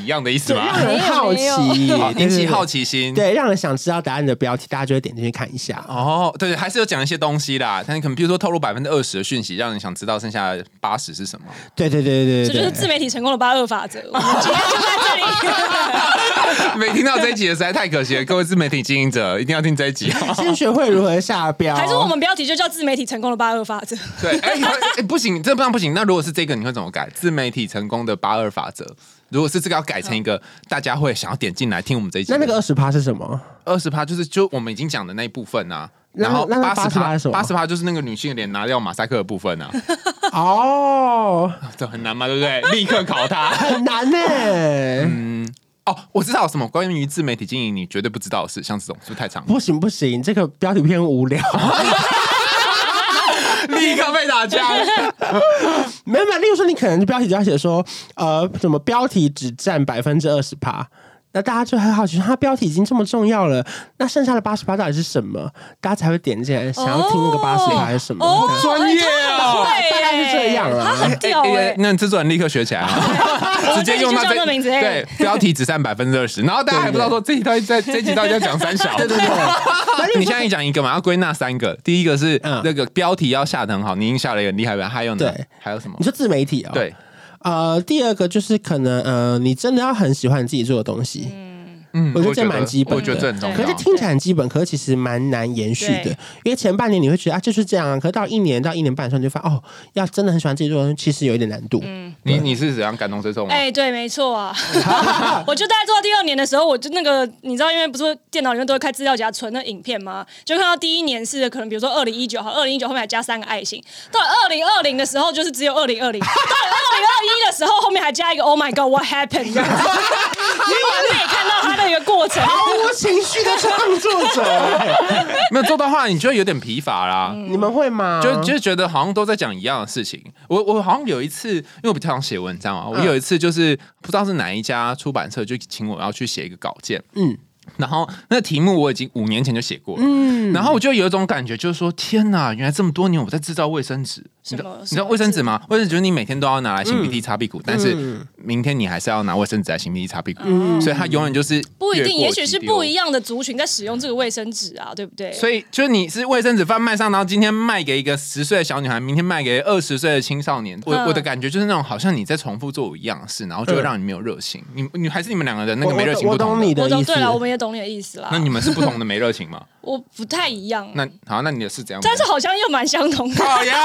[SPEAKER 5] 一样的意思
[SPEAKER 2] 对让
[SPEAKER 5] 吗？
[SPEAKER 2] 人好
[SPEAKER 4] 没有
[SPEAKER 2] 奇，
[SPEAKER 5] 好
[SPEAKER 2] 对
[SPEAKER 5] 引起好，
[SPEAKER 2] 对
[SPEAKER 5] 奇心。
[SPEAKER 2] 对对，让人想知道答案的标题，大家就会点进去看一下。
[SPEAKER 5] 哦，对，还是有讲一些东西啦，但你可能比如说透露百分之二十的讯息，让你想知道剩下八十是什么。
[SPEAKER 2] 对对对对
[SPEAKER 4] 这
[SPEAKER 2] 对
[SPEAKER 4] 就
[SPEAKER 2] 对
[SPEAKER 4] 是
[SPEAKER 2] 对，
[SPEAKER 4] 自媒体成功的八二 法则。我们今天就在这 里，
[SPEAKER 5] 没听到这一集的实在太可惜了，各位自媒体经营者一定要听这一集。哦
[SPEAKER 2] 先学会如何下标，
[SPEAKER 4] 还是我们标题就叫自媒体成功的八二法则。
[SPEAKER 5] 对，哎、哎哎不行，这不样不行。那如果是这个，你会怎么改？自媒体成功的八二法则。如果是这个要改成一个大家会想要点进来听我们这一集的，
[SPEAKER 2] 嗯那那个二十趴是什 么？
[SPEAKER 5] 二十趴就是就我们已经讲的那一部分啊。
[SPEAKER 2] 那
[SPEAKER 5] 然后
[SPEAKER 2] 那那
[SPEAKER 5] 八十
[SPEAKER 2] 80%
[SPEAKER 5] 趴
[SPEAKER 2] 是什么
[SPEAKER 5] 八十趴就是那个女性脸拿掉马赛克的部 分啊，
[SPEAKER 2] 哦，
[SPEAKER 5] 这很难吗？对不对？立刻考他。
[SPEAKER 2] 很难呢、
[SPEAKER 5] 哦，我知道什么关于自媒体经营你绝对不知道的事，像这种是不是太长？
[SPEAKER 2] 不行不行，这个标题偏无聊。
[SPEAKER 5] 立刻被打枪。
[SPEAKER 2] 没有没有，例如说你可能标题就要写说，呃，什么标题只占百分之二十趴。那大家就很好奇，说它标题已经这么重要了，那剩下的八十八到底是什么？大家才会点进 来，想要听那个八十八是什么？啊
[SPEAKER 4] 哦，
[SPEAKER 5] 专业
[SPEAKER 4] 哎他
[SPEAKER 5] 哦
[SPEAKER 4] 很会耶
[SPEAKER 2] 大概是这样啊啦
[SPEAKER 4] 他很屌
[SPEAKER 5] 哎哎
[SPEAKER 2] 欸
[SPEAKER 5] 哎
[SPEAKER 4] 哎。
[SPEAKER 5] 那制作人立刻学起来 啊，直接用到
[SPEAKER 4] 我这里就叫这名字
[SPEAKER 2] 欸
[SPEAKER 4] 哎
[SPEAKER 5] 对标题只占百分之二十，然后大家还不知道说这集到底在这集到底在讲 三小。对对对， 你现在讲一个嘛，要归纳三个。第一个是
[SPEAKER 2] 嗯
[SPEAKER 5] 那个标题要下的很好，你已经下了一个很厉害吧？还有呢
[SPEAKER 2] 对？
[SPEAKER 5] 还有什么
[SPEAKER 2] 你？说自媒体哦，
[SPEAKER 5] 对，
[SPEAKER 2] 呃，第二个就是可能呃，你真的要很喜欢你自己做的东西，
[SPEAKER 5] 嗯
[SPEAKER 2] 我觉得这蛮基本的
[SPEAKER 5] 我觉得这很重要。
[SPEAKER 2] 可是听起来很基本，可是其实蛮难延续的
[SPEAKER 4] 对，
[SPEAKER 2] 因为前半年你会觉得啊就是这样啊，可是到一年到一年半的时候，你就发现哦，要真的很喜欢自己做的东西，其实有一点难度。
[SPEAKER 5] 你你是怎样感同身受吗？
[SPEAKER 4] 哎、对，没错 啊！我就大概做到第二年的时候，我就那个，你知道，因为不是电脑里面都会开资料夹存那影片吗？就看到第一年是可能，比如说二零一九，好，二零一九后面还加三个爱心。到二零二零的时候，就是只有二零二零。到二零二一的时候，后面还加一个 “Oh my God, what happened？” 这样子你完美看到他的一个过程。
[SPEAKER 2] 毫无哦情绪的创作 者、哎
[SPEAKER 5] 没有做到的话，你就会有点疲乏啦。
[SPEAKER 2] 你们会吗？
[SPEAKER 5] 就就觉得好像都在讲一样的事情。我我好像有一次，因为我比较常写文章啊，我有一次就是不知道是哪一家出版社就请我要去写一个稿件，
[SPEAKER 2] 嗯
[SPEAKER 5] 嗯。然后那题目我已经五年前就写过了，嗯，然后我就有一种感觉，就是说天哪，原来这么多年我在制造卫生纸，你知
[SPEAKER 4] 什么
[SPEAKER 5] 道你知道卫生纸吗？卫生纸就是你每天都要拿来擤鼻涕擦屁股，但是
[SPEAKER 2] 嗯
[SPEAKER 5] 明天你还是要拿卫生纸来擤鼻涕擦屁股，所以它永远就是
[SPEAKER 4] 不一
[SPEAKER 5] 越
[SPEAKER 4] 定，
[SPEAKER 5] 过
[SPEAKER 4] 也许是
[SPEAKER 5] 即丢
[SPEAKER 4] 不一样的族群在使用这个卫生纸啊，对不对？
[SPEAKER 5] 所以就是你是卫生纸贩卖商，然后今天卖给一个十岁的小女孩，明天卖给二十岁的青少年。我、
[SPEAKER 4] 嗯
[SPEAKER 5] 我的感觉就是那种好像你在重复做一样的事，然后就会
[SPEAKER 2] 嗯
[SPEAKER 5] 让你没有热情。你你还是你们两个人那
[SPEAKER 2] 我
[SPEAKER 5] 个没热情
[SPEAKER 2] 我
[SPEAKER 5] 不
[SPEAKER 2] 懂
[SPEAKER 5] 同
[SPEAKER 2] 你
[SPEAKER 5] 的。
[SPEAKER 2] 的
[SPEAKER 4] 我
[SPEAKER 2] 意
[SPEAKER 4] 懂，
[SPEAKER 2] 思。
[SPEAKER 4] 对了，我们也懂你的意思啦。
[SPEAKER 5] 那你们是不同的没热情吗？
[SPEAKER 4] 我不太一样，
[SPEAKER 5] 那好，那你的是怎样？
[SPEAKER 4] 但是好像又蛮相同的。
[SPEAKER 5] 好呀，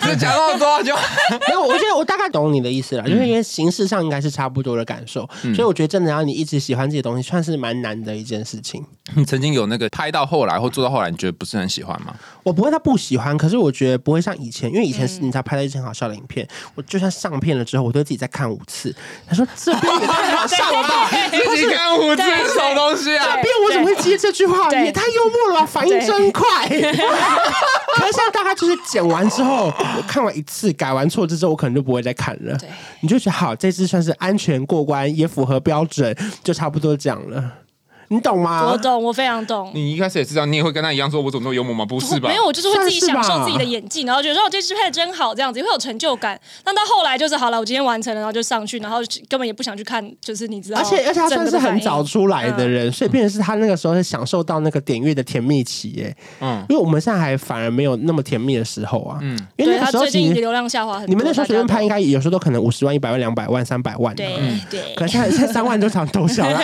[SPEAKER 5] 这讲到多久？
[SPEAKER 2] 没有，我觉得我大概懂你的意思
[SPEAKER 5] 嗯
[SPEAKER 2] 了，就是因为形式上应该是差不多的感受，所以我觉得真的要你一直喜欢这些东西，算是蛮难的一件事情。
[SPEAKER 5] 你曾经有那个拍到后来或做到后来，你觉得不是很喜欢吗？
[SPEAKER 2] 我不会他不喜欢，可是我觉得不会像以前，因为以前是你知道拍了一些很好笑的影片，我就算上片了之后，我都会自己再看五次。他说这边也太好笑了吧，
[SPEAKER 4] 对
[SPEAKER 5] 自己干胡子是什么东西啊？
[SPEAKER 2] 这边我怎么会接这句话？
[SPEAKER 4] 对
[SPEAKER 2] 也太幽默了吧，反应真快。 可是像大家就是剪完之后，我看完一次，改完错字之后，我可能就不会再看了。
[SPEAKER 4] 对
[SPEAKER 2] 你就觉得好，这支算是安全过关，也符合标准，就差不多这样了。你懂吗
[SPEAKER 4] 我？懂，我非常懂。
[SPEAKER 5] 你一开始也知道，你也会跟他一样说，我怎么那么幽默吗？不是吧？
[SPEAKER 4] 没有，我就是会自己
[SPEAKER 2] 算是吧
[SPEAKER 4] 享受自己的演技，然后觉得哦，这支配的真好，这样子会有成就感。但到后来就是好了，我今天完成了，然后就上去，然后根本也不想去看，就是你知道，
[SPEAKER 2] 而且而且他算是很早
[SPEAKER 4] 哦整个的反应嗯
[SPEAKER 2] 出来的人，所以变成是他那个时候是享受到那个点阅的甜蜜期耶。
[SPEAKER 5] 嗯，
[SPEAKER 2] 因为我们现在还反而没有那么甜蜜的时候啊。嗯，因为
[SPEAKER 4] 对
[SPEAKER 2] 那个
[SPEAKER 4] 他
[SPEAKER 2] 时候
[SPEAKER 4] 最
[SPEAKER 2] 其
[SPEAKER 4] 近
[SPEAKER 2] 实
[SPEAKER 4] 流量下滑很多，
[SPEAKER 2] 你们那时候随便
[SPEAKER 4] 大
[SPEAKER 2] 拍，
[SPEAKER 4] 家都
[SPEAKER 2] 应该嗯有时候都可能五十万、一百万、两百万、三百万、啊。
[SPEAKER 4] 对嗯对。
[SPEAKER 2] 可是现在现在三万就常偷 笑了，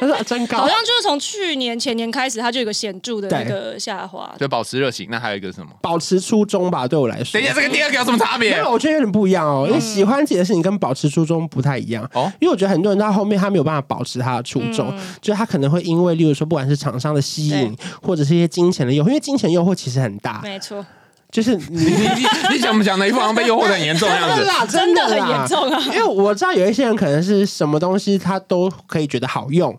[SPEAKER 2] 他说真高
[SPEAKER 4] 好，像就是从去年前年开始，它就有个显著的那个下滑。
[SPEAKER 5] 就保持热情。那还有一个是什么？
[SPEAKER 2] 保持初衷吧，对我来说
[SPEAKER 5] 等一。下，这个第二个有什么差别？
[SPEAKER 2] 没有，我觉得有点不一样哦，因
[SPEAKER 4] 嗯
[SPEAKER 2] 为喜欢自己的事情跟保持初衷不太一样。
[SPEAKER 5] 哦
[SPEAKER 2] 因为我觉得很多人到后面他没有办法保持他的初衷，就是他可能会因为，例如说，不管是厂商的吸引，或者是一些金钱的诱惑，因为金钱诱惑其实很大，
[SPEAKER 4] 没错，
[SPEAKER 2] 就是你
[SPEAKER 5] 你你你想不想的一副好像被诱惑的很严重的样
[SPEAKER 2] 真的
[SPEAKER 5] 子？
[SPEAKER 2] 啦，
[SPEAKER 4] 真的
[SPEAKER 2] 啦
[SPEAKER 4] 很严重啊
[SPEAKER 2] 因为我知道有一些人可能是什么东西他都可以觉得好用，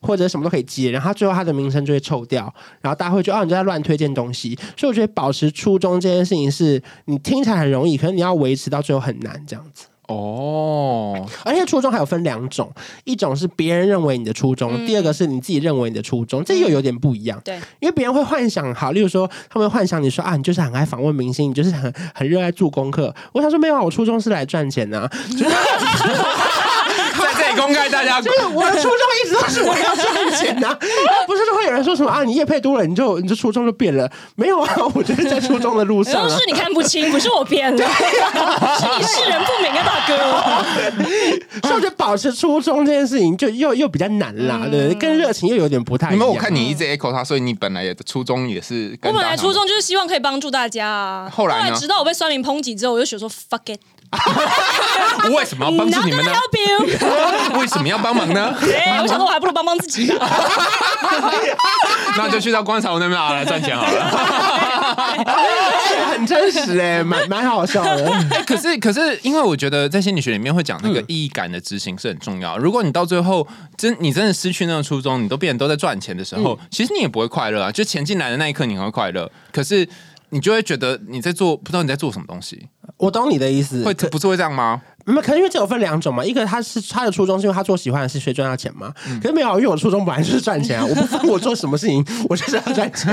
[SPEAKER 2] 或者什么都可以接，然后他最后他的名声就会臭掉，然后大家会觉得哦你就在乱推荐东西。所以我觉得保持初衷这件事情是你听起来很容易，可是你要维持到最后很难这样子。
[SPEAKER 5] 哦，
[SPEAKER 2] 而且初衷还有分两种，一种是别人认为你的初衷，第
[SPEAKER 4] 嗯
[SPEAKER 2] 二个是你自己认为你的初衷，这又有点不一样。
[SPEAKER 4] 对，
[SPEAKER 2] 因为别人会幻想好，例如说他们会幻想你说啊，你就是很爱访问明星，你就是很很热爱做功课。我想说没有啊，我初衷是来赚钱的、啊，
[SPEAKER 5] 在这里公开大家
[SPEAKER 2] 就是我的初衷一直都是我要赚钱 呐、不是会有人说什么啊，你业配多了，你就你就初衷就变了？没有啊，我就是在初衷的路
[SPEAKER 4] 然
[SPEAKER 2] 上
[SPEAKER 4] 后
[SPEAKER 2] 啊
[SPEAKER 4] 是。你看不清，不是我变了， 是你世人不明啊，大哥。
[SPEAKER 2] 所以我觉得保持初衷这件事情就又又比较难啦，
[SPEAKER 4] 嗯
[SPEAKER 2] 对不对，跟热情又有点不太一
[SPEAKER 5] 你
[SPEAKER 2] 样。
[SPEAKER 5] 们，我看你一直 echo 他，所以你本来也初衷也是
[SPEAKER 4] 我
[SPEAKER 5] 跟
[SPEAKER 4] 本
[SPEAKER 5] 大
[SPEAKER 4] 来
[SPEAKER 5] 家
[SPEAKER 4] 初衷就是希望可以帮助大家啊。
[SPEAKER 5] 后来呢
[SPEAKER 4] 直到我被酸民抨击之后，我就想说 fuck it，
[SPEAKER 5] 差不啊多为什么要帮助你们 呢？
[SPEAKER 4] Not gonna help you。 哎
[SPEAKER 5] 为什么要帮忙 呢？
[SPEAKER 4] 对，我想说我还不如帮帮自己啊吧。
[SPEAKER 5] 那就去到观察我那边啊来赚钱好了。
[SPEAKER 2] 很真实哎、 蛮蛮好笑的。
[SPEAKER 5] 哎 可是可是，因为我觉得在心理学里面会讲那个意义感的执行是很重要。如果你到最后真你真的失去那个初衷，你都变得都在赚钱的时候，其实你也不会快乐啊。就钱进来的那一刻你很会快乐，可是你就会觉得你在做不知道你在做什么东西，
[SPEAKER 2] 我懂你的意思，
[SPEAKER 5] 会
[SPEAKER 2] 可
[SPEAKER 5] 不是会这样吗？
[SPEAKER 2] 没有，可能因为这有分两种嘛，一个他是他的初衷是因为他做喜欢的事，所以赚到钱嘛。可是没有，因为我的初衷本来就是赚钱啊，我不管我做什么事情， 我就是要赚 钱。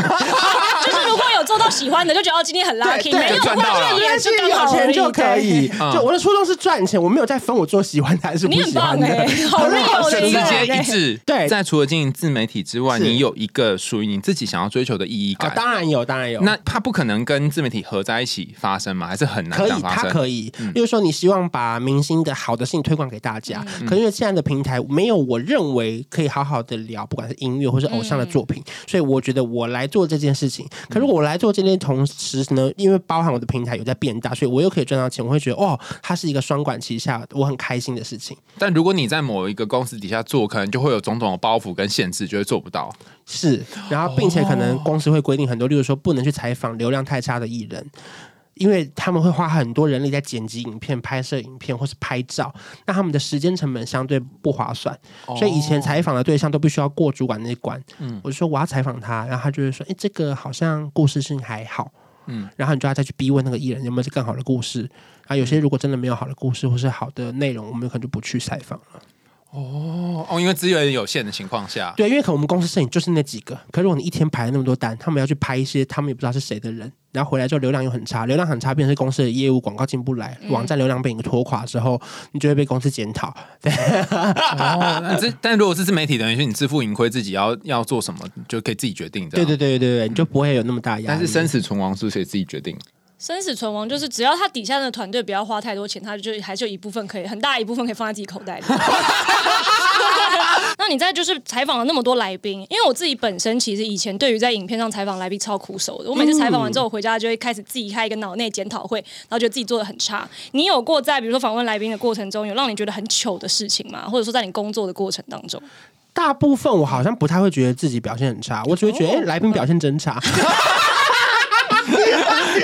[SPEAKER 4] 就是如果有做到喜欢的，就觉得哦今天很 lucky；
[SPEAKER 2] 对
[SPEAKER 4] 没有
[SPEAKER 5] 就
[SPEAKER 4] 的
[SPEAKER 5] 赚到
[SPEAKER 4] 话，
[SPEAKER 5] 了
[SPEAKER 4] 就也
[SPEAKER 2] 但
[SPEAKER 4] 是
[SPEAKER 2] 是
[SPEAKER 4] 刚
[SPEAKER 2] 有
[SPEAKER 4] 好而
[SPEAKER 2] 钱
[SPEAKER 4] 已
[SPEAKER 2] 就可以。
[SPEAKER 5] 嗯
[SPEAKER 2] 就我的初衷是赚钱，我没有在分我做喜欢的还是不
[SPEAKER 4] 你很
[SPEAKER 2] 喜欢的
[SPEAKER 4] 棒欸，好
[SPEAKER 2] 很好
[SPEAKER 4] real 的
[SPEAKER 2] 神
[SPEAKER 5] 直
[SPEAKER 4] 一个
[SPEAKER 2] 圣
[SPEAKER 5] 接
[SPEAKER 4] 人
[SPEAKER 5] 一致。
[SPEAKER 2] 哦对
[SPEAKER 5] 在除了经营自媒体之外，
[SPEAKER 2] 是
[SPEAKER 5] 你有一个属于你自己想要追求的意义
[SPEAKER 2] 啊
[SPEAKER 5] 感。
[SPEAKER 2] 当然有，当然有。
[SPEAKER 5] 那它不可能跟自媒体合在一起发生吗？还是很难
[SPEAKER 2] 可
[SPEAKER 5] 这
[SPEAKER 2] 以
[SPEAKER 5] 样，发
[SPEAKER 2] 它
[SPEAKER 5] 生？嗯
[SPEAKER 2] 可以，例如说，你希望把明星的好的事情推广给大家，
[SPEAKER 5] 嗯
[SPEAKER 2] 可因为现在的平台没有我认为可以好好的聊，不管是音乐或是偶像的作品，
[SPEAKER 5] 嗯
[SPEAKER 2] 所以我觉得我来做这件事情。可如果我来做这件，同时呢，因为包含我的平台有在变大，所以我又可以赚到钱，我会觉得哦，它是一个双管齐下，我很开心的事情。
[SPEAKER 5] 但如果你在某一个公司底下做，可能就会有种种的包袱跟限制，就会做不到。
[SPEAKER 2] 是，然后并且可能公司会规定很多，例如说不能去采访流量太差的艺人，因为他们会花很多人力在剪辑影片、拍摄影片或是拍照，那他们的时间成本相对不划算，所以以前采访的对象都必须要过主管那一关。我就说我要采访他，然后他就会说，哎，这个好像故事性还好。嗯，然后你就要再去逼问那个艺人有没有更好的故事，啊，有些如果真的没有好的故事或是好的内容，我们可能就不去采访了。
[SPEAKER 5] 哦哦，因为资源有限的情况 下，
[SPEAKER 2] 对，因为可能我们公司摄影就是那几个，可是如果你一天排了那么多单，他们要去拍一些他们也不知道是谁的人，然后回来之后流量又很差，流量很差，变成是公司的业务广告进不来，网
[SPEAKER 5] 嗯
[SPEAKER 2] 站流量被你拖垮之后，你就会被公司检讨。
[SPEAKER 5] 哦，那这但如果是自媒体，等于是你自负盈亏，自己要要做什么就可以自己决定。这
[SPEAKER 2] 对
[SPEAKER 5] 样
[SPEAKER 2] 对对对对对，你就不会有那么大压力。
[SPEAKER 5] 啊嗯但是生死存亡是不是也自己决定？
[SPEAKER 4] 生死存亡就是，只要他底下的团队不要花太多钱，他就还是有一部分可以，很大一部分可以放在自己口袋里。 那你在就是采访了那么多来宾，因为我自己本身其实以前对于在影片上采访来宾超苦手的，我每次采访
[SPEAKER 5] 嗯
[SPEAKER 4] 完之后，我回家就会开始自己开一个脑内检讨会，然后觉得自己做的很差。你有过在比如说访问来宾的过程中，有让你觉得很糗的事情吗？或者说在你工作的过程当中，
[SPEAKER 2] 大部分我好像不太会觉得自己表现很差，我只会
[SPEAKER 5] 哦
[SPEAKER 2] 觉得、哎，来宾表现真 差。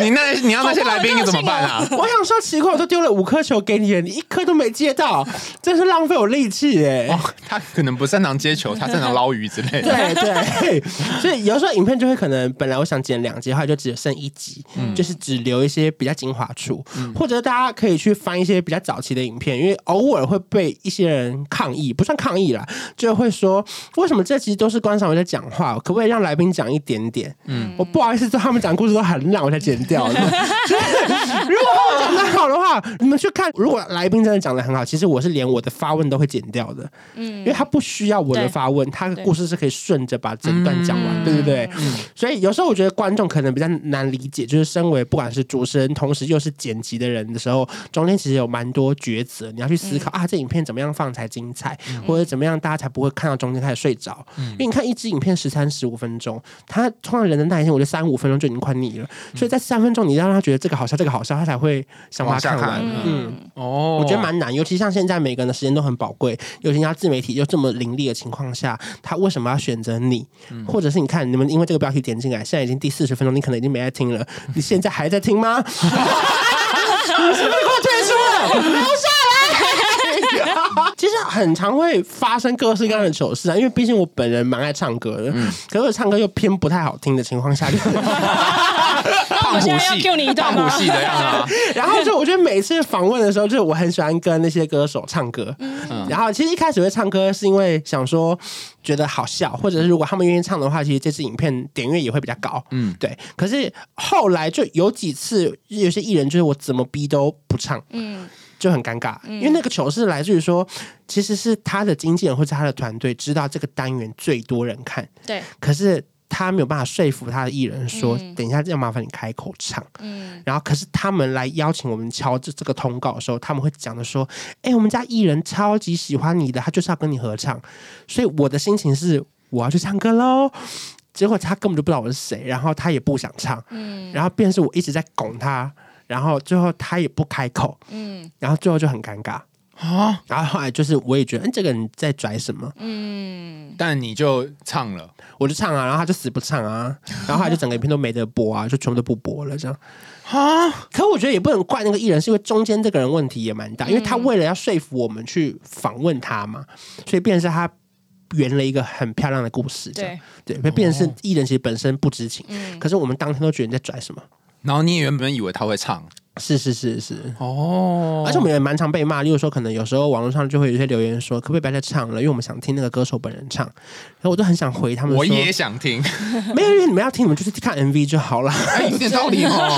[SPEAKER 5] 你那你要那些来宾你怎么办啊？
[SPEAKER 2] 我想说奇怪，我都丢了五颗球给你了，你一颗都没接到，真是浪费我力气哎、
[SPEAKER 5] 哦，他可能不擅长接球，他擅长捞鱼之类的。
[SPEAKER 2] 对对， 所以有时候影片就会可能本来我想剪两集，后来就只剩一集，就是只留一些比较精华处，或者大家可以去翻一些比较早期的影片，因为偶尔会被一些人抗议，不算抗议啦，就会说为什么这集都是观赏我在讲话，可不可以让来宾讲一点点？嗯，我不好意思，他们讲故事都很烂，我才剪掉的。如果我讲的好的话，你们去看，如果来宾真的讲的很好，其实我是连我的发问都会剪掉的，嗯，因为他不需要我的
[SPEAKER 4] 对
[SPEAKER 2] 发问，他的故事是可以顺着把整段讲完，对不对？所以有时候我觉得观众可能比较难理解，就是身为不管是主持人，同时又是剪辑的人的时候，中间其实有蛮多抉择，你要去思考、
[SPEAKER 5] 嗯
[SPEAKER 2] 啊，这影片怎么样放才精彩，或者怎么样大家才不会看到中间开始睡着，
[SPEAKER 5] 嗯
[SPEAKER 2] 因为你看一支影片十三十五分钟，他通常人的耐心，我觉得三五分钟就已经快腻了，所以在三分钟你要让他觉得这个好笑，这个好笑，他才会想把它看
[SPEAKER 5] 嗯往下
[SPEAKER 2] 完
[SPEAKER 5] 看。
[SPEAKER 2] 嗯，
[SPEAKER 5] 哦
[SPEAKER 2] 我觉得蛮难，尤其像现在每个人的时间都很宝贵，尤其像自媒体又这么凌厉的情况下，他为什么要选择你？或者是你看你们因为这个标题点进来，现在已经第四十分钟，你可能已经没在听了，你现在还在听吗？你是不是快退出了？留下来。 其实很常会发生各式各样的糗事啊，因为毕竟我本人蛮爱唱歌的，可是我唱歌又偏不太好听的情况下，就是
[SPEAKER 4] 那我
[SPEAKER 5] 胖
[SPEAKER 4] 们现
[SPEAKER 5] 虎
[SPEAKER 4] 在要
[SPEAKER 5] 系，
[SPEAKER 4] cue 你一段
[SPEAKER 5] 胖
[SPEAKER 4] 吗？
[SPEAKER 5] 虎系的样啊。
[SPEAKER 2] 然后就我觉得每次访问的时候，就是我很喜欢跟那些歌手唱歌。然后其实一开始会唱歌是因为想说觉得好笑，或者是如果他们愿意唱的话，其实这支影片点阅也会比较高。嗯，对。可是后来就有几次有些艺人就是我怎么逼都不唱，
[SPEAKER 4] 嗯，
[SPEAKER 2] 就很尴尬，因为那个糗事来自于说，其实是他的经纪人或者他的团队知道这个单元最多人看，
[SPEAKER 4] 对，
[SPEAKER 2] 可是他没有办法说服他的艺人说，等一下要麻烦你开口唱。嗯，然后可是他们来邀请我们敲这这个通告的时候，他们会讲的说，哎、我们家艺人超级喜欢你的，他就是要跟你合唱。所以我的心情是我要去唱歌喽。结果他根本就不知道我是谁，然后他也不想唱，嗯，然后便是我一直在拱他，然后最后他也不开口，嗯，然后最后就很尴尬。啊，然后后来就是我也觉得，嗯，这个人在拽什么？
[SPEAKER 5] 但你就唱了，
[SPEAKER 2] 我就唱啊，然后他就死不唱啊，然后他就整个影片都没得播啊，就全部都不播了这样。啊！可我觉得也不能怪那个艺人，是因为中间这个人问题也蛮大，因为他
[SPEAKER 5] 嗯
[SPEAKER 2] 为了要说服我们去访问他嘛，所以变成是他圆了一个很漂亮的故事这样，
[SPEAKER 4] 对
[SPEAKER 2] 对，会变
[SPEAKER 5] 哦
[SPEAKER 2] 成是
[SPEAKER 5] 嗯
[SPEAKER 2] 艺人其实本身不知情，可是我们当天都觉得你在拽什么。
[SPEAKER 5] 然后你也原本以为他会唱，
[SPEAKER 2] 是是是是，
[SPEAKER 5] 哦
[SPEAKER 2] 而且我们也蛮常被骂，例如说，可能有时候网络上就会有一些留言说，可不可以不要再唱了，因为我们想听那个歌手本人唱。然后我都很想回他们说，
[SPEAKER 5] 我也想听，
[SPEAKER 2] 没有，因为你们要听，你们就是看 MV 就好了。
[SPEAKER 5] 哎，有点道理哦。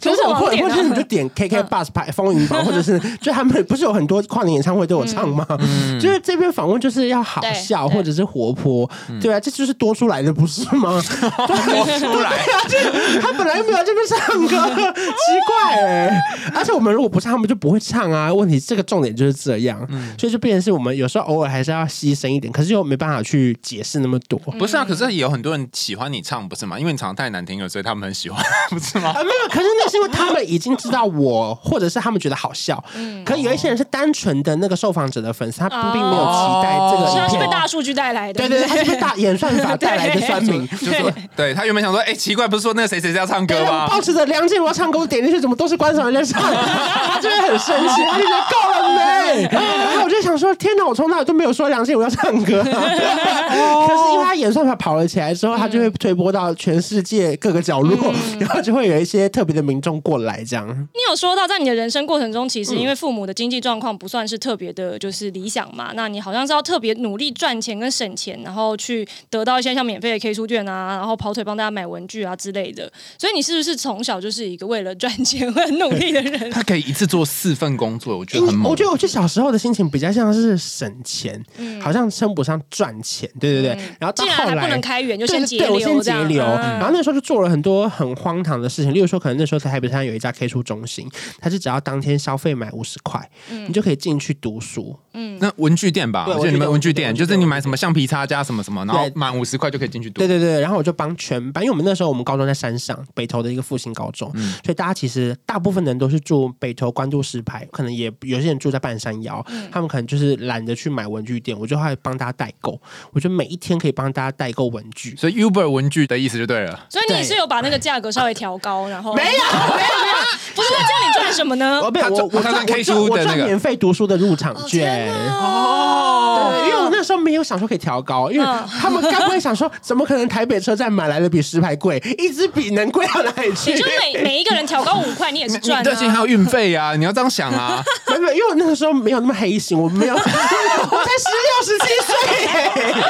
[SPEAKER 4] 就是
[SPEAKER 2] 我
[SPEAKER 4] 网
[SPEAKER 2] 或者
[SPEAKER 4] 点
[SPEAKER 2] 或者你
[SPEAKER 4] 啊
[SPEAKER 2] 就点 KK Bus 拍风云榜，或者 是就他们不是有很多跨年演唱会都有唱吗？ 就是这篇访问就是要好笑
[SPEAKER 4] 嗯对
[SPEAKER 2] 或者是活泼，对啊，这就是多出来的不是吗？
[SPEAKER 5] 多哦出 来，
[SPEAKER 2] 他本来没有这边唱歌，奇怪哎、而且我们如果不唱，他们就不会唱啊。问题这个重点就是这样，所以就变成是我们有时候偶尔还是要牺牲一点，可是又没办法去解释那么多。
[SPEAKER 5] 不是啊？可是也有很多人喜欢你唱，不是吗？因为你唱得太难听了，所以他们很喜欢， 不是吗？
[SPEAKER 2] 啊，没有，可是那是因为他们已经知道我，或者是他们觉得好笑。可有一些人是单纯的那个受访者的粉丝，他并没有期待这个
[SPEAKER 4] 是
[SPEAKER 2] 影
[SPEAKER 4] 它是
[SPEAKER 5] 哦
[SPEAKER 4] 被
[SPEAKER 2] 片。
[SPEAKER 4] 大数据带来的，
[SPEAKER 2] 对对对，他是被大 演算法带来的酸民。
[SPEAKER 5] 就说对他原本想说，哎，奇怪，不是说那个谁谁谁要唱
[SPEAKER 2] 对，
[SPEAKER 5] 歌吗
[SPEAKER 2] 我？抱持着梁静茹要唱歌，我点进去怎么都是观赏人在唱，他就会很生气，他就觉得够了没？然后我就想说，天哪，我从来都没有说梁静茹要唱歌、啊，可是因为他演算法跑了起来之后，他就会推播到全世界各个角落， 然后就会有一些特别的民众过来这样。
[SPEAKER 4] 你有说到，在你的人生过程中，其
[SPEAKER 2] 嗯
[SPEAKER 4] 实因为父母的经济状况不算是特别的，就是理想嘛，那你好像是要特别努力赚钱跟省钱，然后去得到一些像免费的 K 书券啊，然后跑腿帮大家买文具啊之类的。所以你是不是从小就是一个为了赚钱 而很努力的 人？
[SPEAKER 5] 他可以一次做四份工作，哎我觉得很猛
[SPEAKER 2] 我。觉得我就小时候的心情比较像是省钱，好像称不上赚钱，对对对。然后到
[SPEAKER 4] 嗯既然还
[SPEAKER 2] 后来
[SPEAKER 4] 不能开源，就
[SPEAKER 2] 对
[SPEAKER 4] 先
[SPEAKER 2] 对
[SPEAKER 4] 节
[SPEAKER 2] 对，我先
[SPEAKER 4] 流这
[SPEAKER 2] 节
[SPEAKER 4] 样。
[SPEAKER 2] 流。
[SPEAKER 4] 嗯
[SPEAKER 2] 然后那时候就做了很多很荒唐的事情，例如说，可能那时候在台北山有一家 K 书中心，它是只要当天消费买五十块，
[SPEAKER 4] 嗯
[SPEAKER 2] 你就可以进去读书。
[SPEAKER 5] 那文具店吧，
[SPEAKER 2] 对
[SPEAKER 5] 我记得你们
[SPEAKER 2] 文
[SPEAKER 5] 文
[SPEAKER 2] 具
[SPEAKER 5] 具
[SPEAKER 2] 店
[SPEAKER 5] 店，
[SPEAKER 2] 文具店
[SPEAKER 5] 就是你买什么橡皮擦加什么什么，然后
[SPEAKER 2] 对
[SPEAKER 5] 满五十块就可以进去读。
[SPEAKER 2] 对对对，然后我就帮全班，因为我们那时候我们高中在山上，北投的一个复兴高中，
[SPEAKER 5] 嗯
[SPEAKER 2] 所以大家其实大部分人都是住北投关渡石牌，可能也有些人住在半山腰，
[SPEAKER 4] 嗯
[SPEAKER 2] 他们可能就是懒得去买文具店，我就会帮大家代购，我就每一天可以帮大家代购文具。
[SPEAKER 5] 所以 Uber 文具的意思就对了。
[SPEAKER 4] 所以你也
[SPEAKER 2] 对
[SPEAKER 4] 是有把那个价格稍微调高，然后
[SPEAKER 2] 没有
[SPEAKER 4] 没有没有，不是那这样你赚什么呢？
[SPEAKER 2] 哦，没有，
[SPEAKER 5] 他
[SPEAKER 2] 我
[SPEAKER 5] 赚
[SPEAKER 2] 我
[SPEAKER 5] 他
[SPEAKER 2] 赚
[SPEAKER 5] 赚
[SPEAKER 2] 我
[SPEAKER 5] K
[SPEAKER 2] 赚
[SPEAKER 5] 书
[SPEAKER 2] 我
[SPEAKER 5] 的
[SPEAKER 2] 赚
[SPEAKER 5] 那个
[SPEAKER 2] 免费读书的入场券。
[SPEAKER 5] 哦，
[SPEAKER 2] 对，因为我那时候没有想说可以调高，因为
[SPEAKER 4] 嗯
[SPEAKER 2] 他们该不会想说，怎么可能台北车站买来的比石牌贵？一支笔能贵到哪里去
[SPEAKER 4] 也？就是每每一个人调高五块，你也是
[SPEAKER 5] 你
[SPEAKER 4] 赚
[SPEAKER 5] 这些还
[SPEAKER 4] 啊。
[SPEAKER 5] 有运费啊， 你要这样想啊。
[SPEAKER 2] 没有没有，因为我那个时候没有那么黑心，我 没有，我才十六十七岁，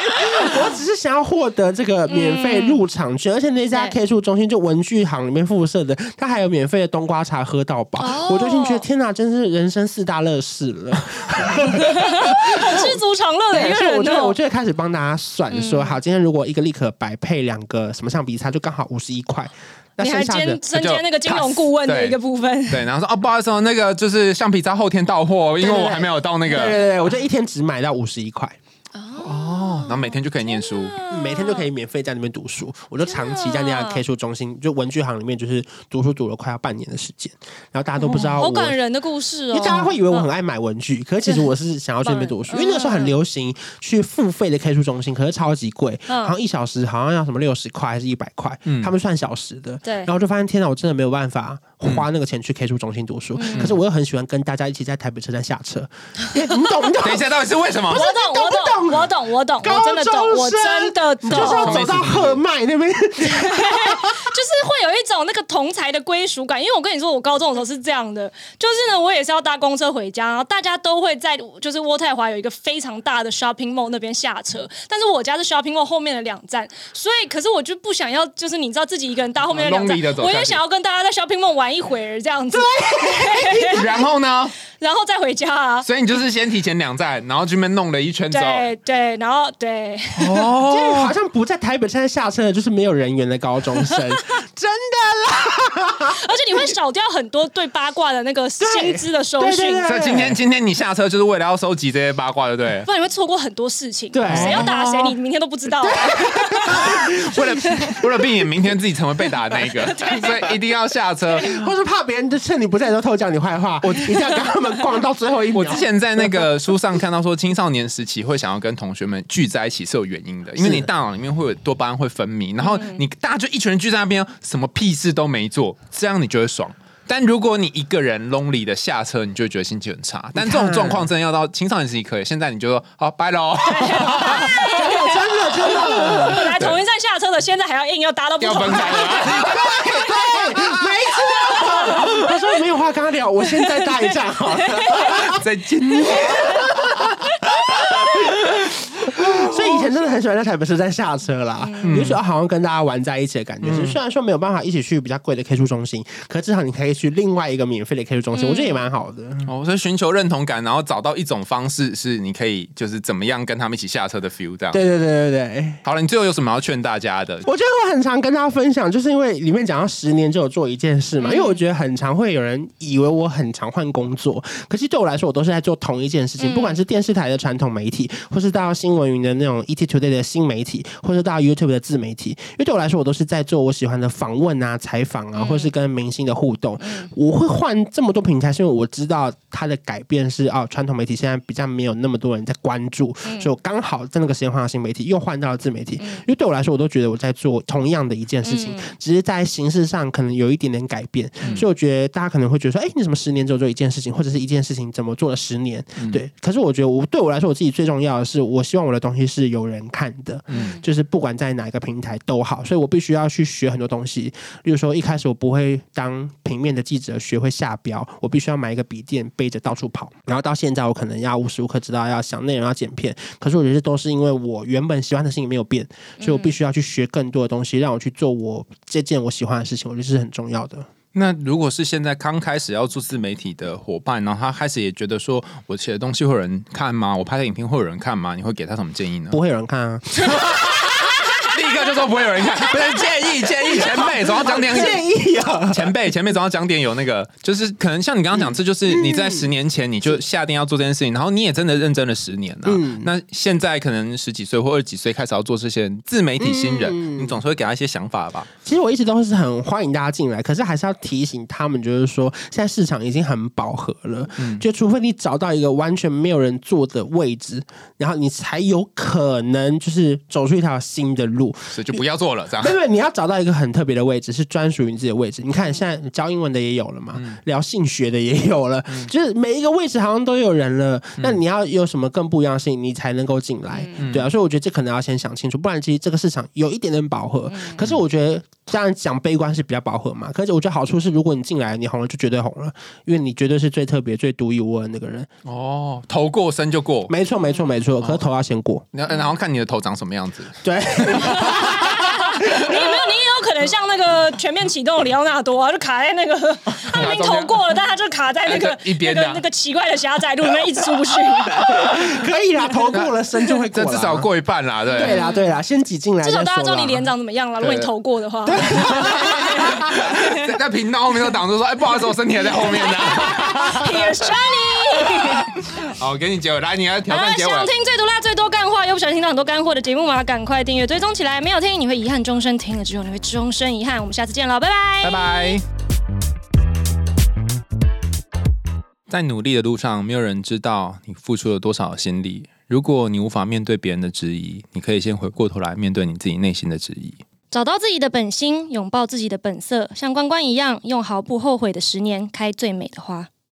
[SPEAKER 2] 我只是想要获得这个免费入场券，而且那家
[SPEAKER 4] 对
[SPEAKER 2] K 数中心就文具行里面附设的，它还有免费的冬瓜茶喝到饱，
[SPEAKER 4] 哦
[SPEAKER 2] 我就进去觉得天哪，真是人生四大乐事了。
[SPEAKER 4] 很知足常乐的一
[SPEAKER 2] 对，
[SPEAKER 4] 个
[SPEAKER 2] 所以
[SPEAKER 4] 人
[SPEAKER 2] 我就嗯
[SPEAKER 4] 哦
[SPEAKER 2] 我。就会开始帮大家算说，好，今天如果一个立可白配两个什么橡皮擦，就刚好五十一块。那
[SPEAKER 4] 你还
[SPEAKER 2] 剩下
[SPEAKER 4] 兼
[SPEAKER 2] 的
[SPEAKER 4] 身兼那个金融顾问的一个部分，
[SPEAKER 5] 对，然后说哦，不好意思哦，那个就是橡皮擦后天到货，因为我还没有到那
[SPEAKER 2] 对
[SPEAKER 5] 个，
[SPEAKER 2] 对对，我就一天只买到五十一块，
[SPEAKER 5] 哦然后每天就可以念书。
[SPEAKER 2] 每天就啊可以免费在那边读书。我就长期在那
[SPEAKER 4] 嗯天
[SPEAKER 2] 家
[SPEAKER 4] 啊
[SPEAKER 2] K 书中心，就文具行里面，就是读书读了快要半年的时间，然后大家都不知道
[SPEAKER 4] 哦
[SPEAKER 2] 啊
[SPEAKER 4] 好
[SPEAKER 2] 我。
[SPEAKER 4] 感人的故事
[SPEAKER 2] 因
[SPEAKER 4] 哦。
[SPEAKER 2] 为大家会以为我很爱买文具，可是其实我是想要去那边读
[SPEAKER 4] 嗯
[SPEAKER 2] 书，因为那个时候很流行去付费的 K 书中心，可是超级贵，
[SPEAKER 4] 嗯
[SPEAKER 2] 好像一小时好像要什么六十块还是一百块，他们算小时的。
[SPEAKER 4] 对
[SPEAKER 2] 然后就发现天哪，我真的没有办法花那个钱去 K 书中心读书，
[SPEAKER 4] 嗯
[SPEAKER 2] 可是我又很喜欢跟大家一起在台北车站下 车，因为你懂你懂。
[SPEAKER 5] 等一下，到底是为什么
[SPEAKER 4] 我？懂，我懂，我懂，我懂，我真的
[SPEAKER 2] 高中生
[SPEAKER 4] 懂，我真的懂，
[SPEAKER 2] 就
[SPEAKER 4] 就是
[SPEAKER 2] 要走到赫麦那边，
[SPEAKER 4] 是会有一种那个同才的归属感。因为我跟你说，我高中的时候是这样的，就是呢，我也是要搭公车回家，然后大家都会在就是渥太华有一个非常大的 shopping mall 那边下车，但是我家是 shopping mall 后面的两站，所以可是我就不想要，就是你知道自己一个人搭后面的两
[SPEAKER 2] 啊
[SPEAKER 5] Lonely 地走下
[SPEAKER 4] 站，
[SPEAKER 5] 去
[SPEAKER 4] 我也想要跟大家在 shopping mall 玩一会儿这样子，
[SPEAKER 5] 然后呢？
[SPEAKER 4] 然后再回家啊。
[SPEAKER 5] 所以你就是先提前两站，然后这边弄了一圈之后，
[SPEAKER 4] 对对，然后对，
[SPEAKER 2] 就是好像不在台北车站下车的，就是没有人缘的高中生， 真的啦。
[SPEAKER 4] 而且你会少掉很多对八卦的那个薪资的收
[SPEAKER 2] 对对
[SPEAKER 4] 讯
[SPEAKER 2] 对，对
[SPEAKER 5] 所以今天今天你下车就是为了要收集这些八卦，对不对
[SPEAKER 4] 不？然你会错过很多事情。
[SPEAKER 2] 对
[SPEAKER 4] 谁要打谁，你明天都不知道。啊
[SPEAKER 5] 为了为了避免明天自己成为被打的那一个，所以一定要下车。
[SPEAKER 2] 或是怕别人就趁你不在的时候偷讲你坏话，我一定要跟他们逛到最后一秒。
[SPEAKER 5] 我之前在那个书上看到说，青少年时期会想要跟同学们聚在一起是有原因的，因为
[SPEAKER 2] 是嗯
[SPEAKER 5] 你大脑里面会有多巴胺会分泌，然后你大家就一群人聚在那边，什么屁事都没做，这样你就会爽。但如果你一个人 lonely 的下车，你就会觉得心情很差。但这种状况真的要到青少年时期可以，现在你就说好拜喽，
[SPEAKER 2] 真的哦真的真的，
[SPEAKER 4] 本来同一站下车的，现在还要硬要搭到不
[SPEAKER 5] 要
[SPEAKER 4] 同
[SPEAKER 5] 分开
[SPEAKER 4] 站。
[SPEAKER 5] 了。
[SPEAKER 2] 对，没错。他说没有话跟他聊，我先再搭一下好了。
[SPEAKER 5] 再 见。
[SPEAKER 2] 所以以前真的很喜欢在台北车站下车啦，你就觉得好像跟大家玩在一起的感觉。就是虽然说没有办法一起去比较贵的 K 书中心，可至少你可以去另外一个免费的 K 书中心，我觉得也蛮好的。
[SPEAKER 5] 哦，所以寻求认同感，然后找到一种方式，是你可以就是怎么样跟他们一起下车的 feel 这样。
[SPEAKER 2] 对对对对对。
[SPEAKER 5] 好了，你最后有什么要劝大家的？
[SPEAKER 2] 我觉得我很常跟大家分享，就是因为里面讲到十年就有做一件事嘛，因为我觉得很常会有人以为我很常换工作，可是对我来说，我都是在做同一件事情，不管是电视台的传统媒体，或是到新闻云的那种 ET Today 的新媒体，或是到 YouTube 的自媒体，因为对我来说，我都是在做我喜欢的访问啊、采访啊，或是跟明星的互动。我会换这么多平台，是因为我知道它的改变是哦，传统媒体现在比较没有那么多人在关注，所以我刚好在那个时间换到新媒体，又换到了自媒体。因为对我来说，我都觉得我在做同样的一件事情，只是在形式上可能有一点点改变。所以我觉得大家可能会觉得说，哎、你怎么十年只有做一件事情，或者是一件事情怎么做了十年？对。可是我觉得我对我来说，我自己最重要的是，我希望我的东西是有人看的，就是不管在哪一个平台都好，所以我必须要去学很多东西。例如说，一开始我不会当平面的记者，学会下标，我必须要买一个笔电，背着到处跑。然后到现在，我可能要无时无刻知道要想内容、要剪片。可是我觉得都是因为我原本喜欢的事情没有变，所以我必须要去学更多的东西，让我去做我这件我喜欢的事情。我觉得这是很重要的。
[SPEAKER 5] 那如果是现在刚开始要做自媒体的伙伴，然后他开始也觉得说，我写的东西会有人看吗？我拍的影片会有人看吗？你会给他什么建议呢？
[SPEAKER 2] 不会有人看啊！
[SPEAKER 5] 立刻就说不会有人看，不是建议 建议前辈哎总要讲 点
[SPEAKER 2] 建议啊！
[SPEAKER 5] 前辈前辈总要讲点有那个，就是可能像你刚刚讲，这就是你在十年前你就下定要做这件事情，然后你也真的认真了十年了、啊那现在可能十几岁或二十几岁开始要做这些自媒体新人，你总是会给他一些想法吧？
[SPEAKER 2] 其实我一直都是很欢迎大家进来，可是还是要提醒他们，就是说现在市场已经很饱和了，就除非你找到一个完全没有人做的位置，然后你才有可能就是走出一条新的路。
[SPEAKER 5] 所以就不要做了，这样
[SPEAKER 2] 没。有，没有你要找到一个很特别的位置，是专属于你自己的位置。你看，现在教英文的也有了嘛，聊性学的也有了，就是每一个位置好像都有人了。那你要有什么更不一样的事情，你才能够进
[SPEAKER 4] 嗯
[SPEAKER 2] 来，对啊。所以我觉得这可能要先想清楚，不然其实这个市场有一点点饱和。
[SPEAKER 4] 嗯
[SPEAKER 2] 可是我觉得。当然讲悲观是比较饱和嘛，可是我觉得好处是，如果你进来，你红了就绝对红了，因为你绝对是最特别、最独一无二的那个人。
[SPEAKER 5] 哦，头过身就过，
[SPEAKER 2] 没错，没错，没错。可是头要先过，
[SPEAKER 5] 然然后看你的头长什么样子。
[SPEAKER 2] 对，
[SPEAKER 4] 你有没有？你也有可能像那个全面启动的里奥纳多啊，就卡在那个他明明投过了，但他就卡在那个
[SPEAKER 5] 一边
[SPEAKER 4] 那
[SPEAKER 5] 的
[SPEAKER 4] 个那个奇怪的狭窄路里面一直出不去。
[SPEAKER 2] 可以啦，头过了身就会过啦，
[SPEAKER 5] 这至少过一半啦，对。
[SPEAKER 2] 对啦，对啦，先挤进来再
[SPEAKER 4] 至
[SPEAKER 2] 说
[SPEAKER 4] 少
[SPEAKER 2] 啦。
[SPEAKER 4] 大家知道你脸长怎么样了。如果你投过的话，
[SPEAKER 5] 在在频道后面都挡住说，哎，不好意思，我身体还在后面呢。
[SPEAKER 4] Here's Johnny。
[SPEAKER 5] 好，我给你结尾，来，你来挑
[SPEAKER 4] 啊，
[SPEAKER 5] 战结尾。
[SPEAKER 4] 想听最毒辣、最多干话，又不想听到很多干货的节目吗？赶快订阅追踪起来，没有听你会遗憾终身，听了之后你会终身遗憾。我们下次见了，拜拜。
[SPEAKER 5] 拜拜。在努力的路上，没有人知道你付出了多少心力。如果你无法面对别人的质疑，你可以先回过头来面对你自己内心的质疑。
[SPEAKER 4] 找到自己的本心，拥抱自己的本色，像关关一样，用毫不后悔的十年开最美的花。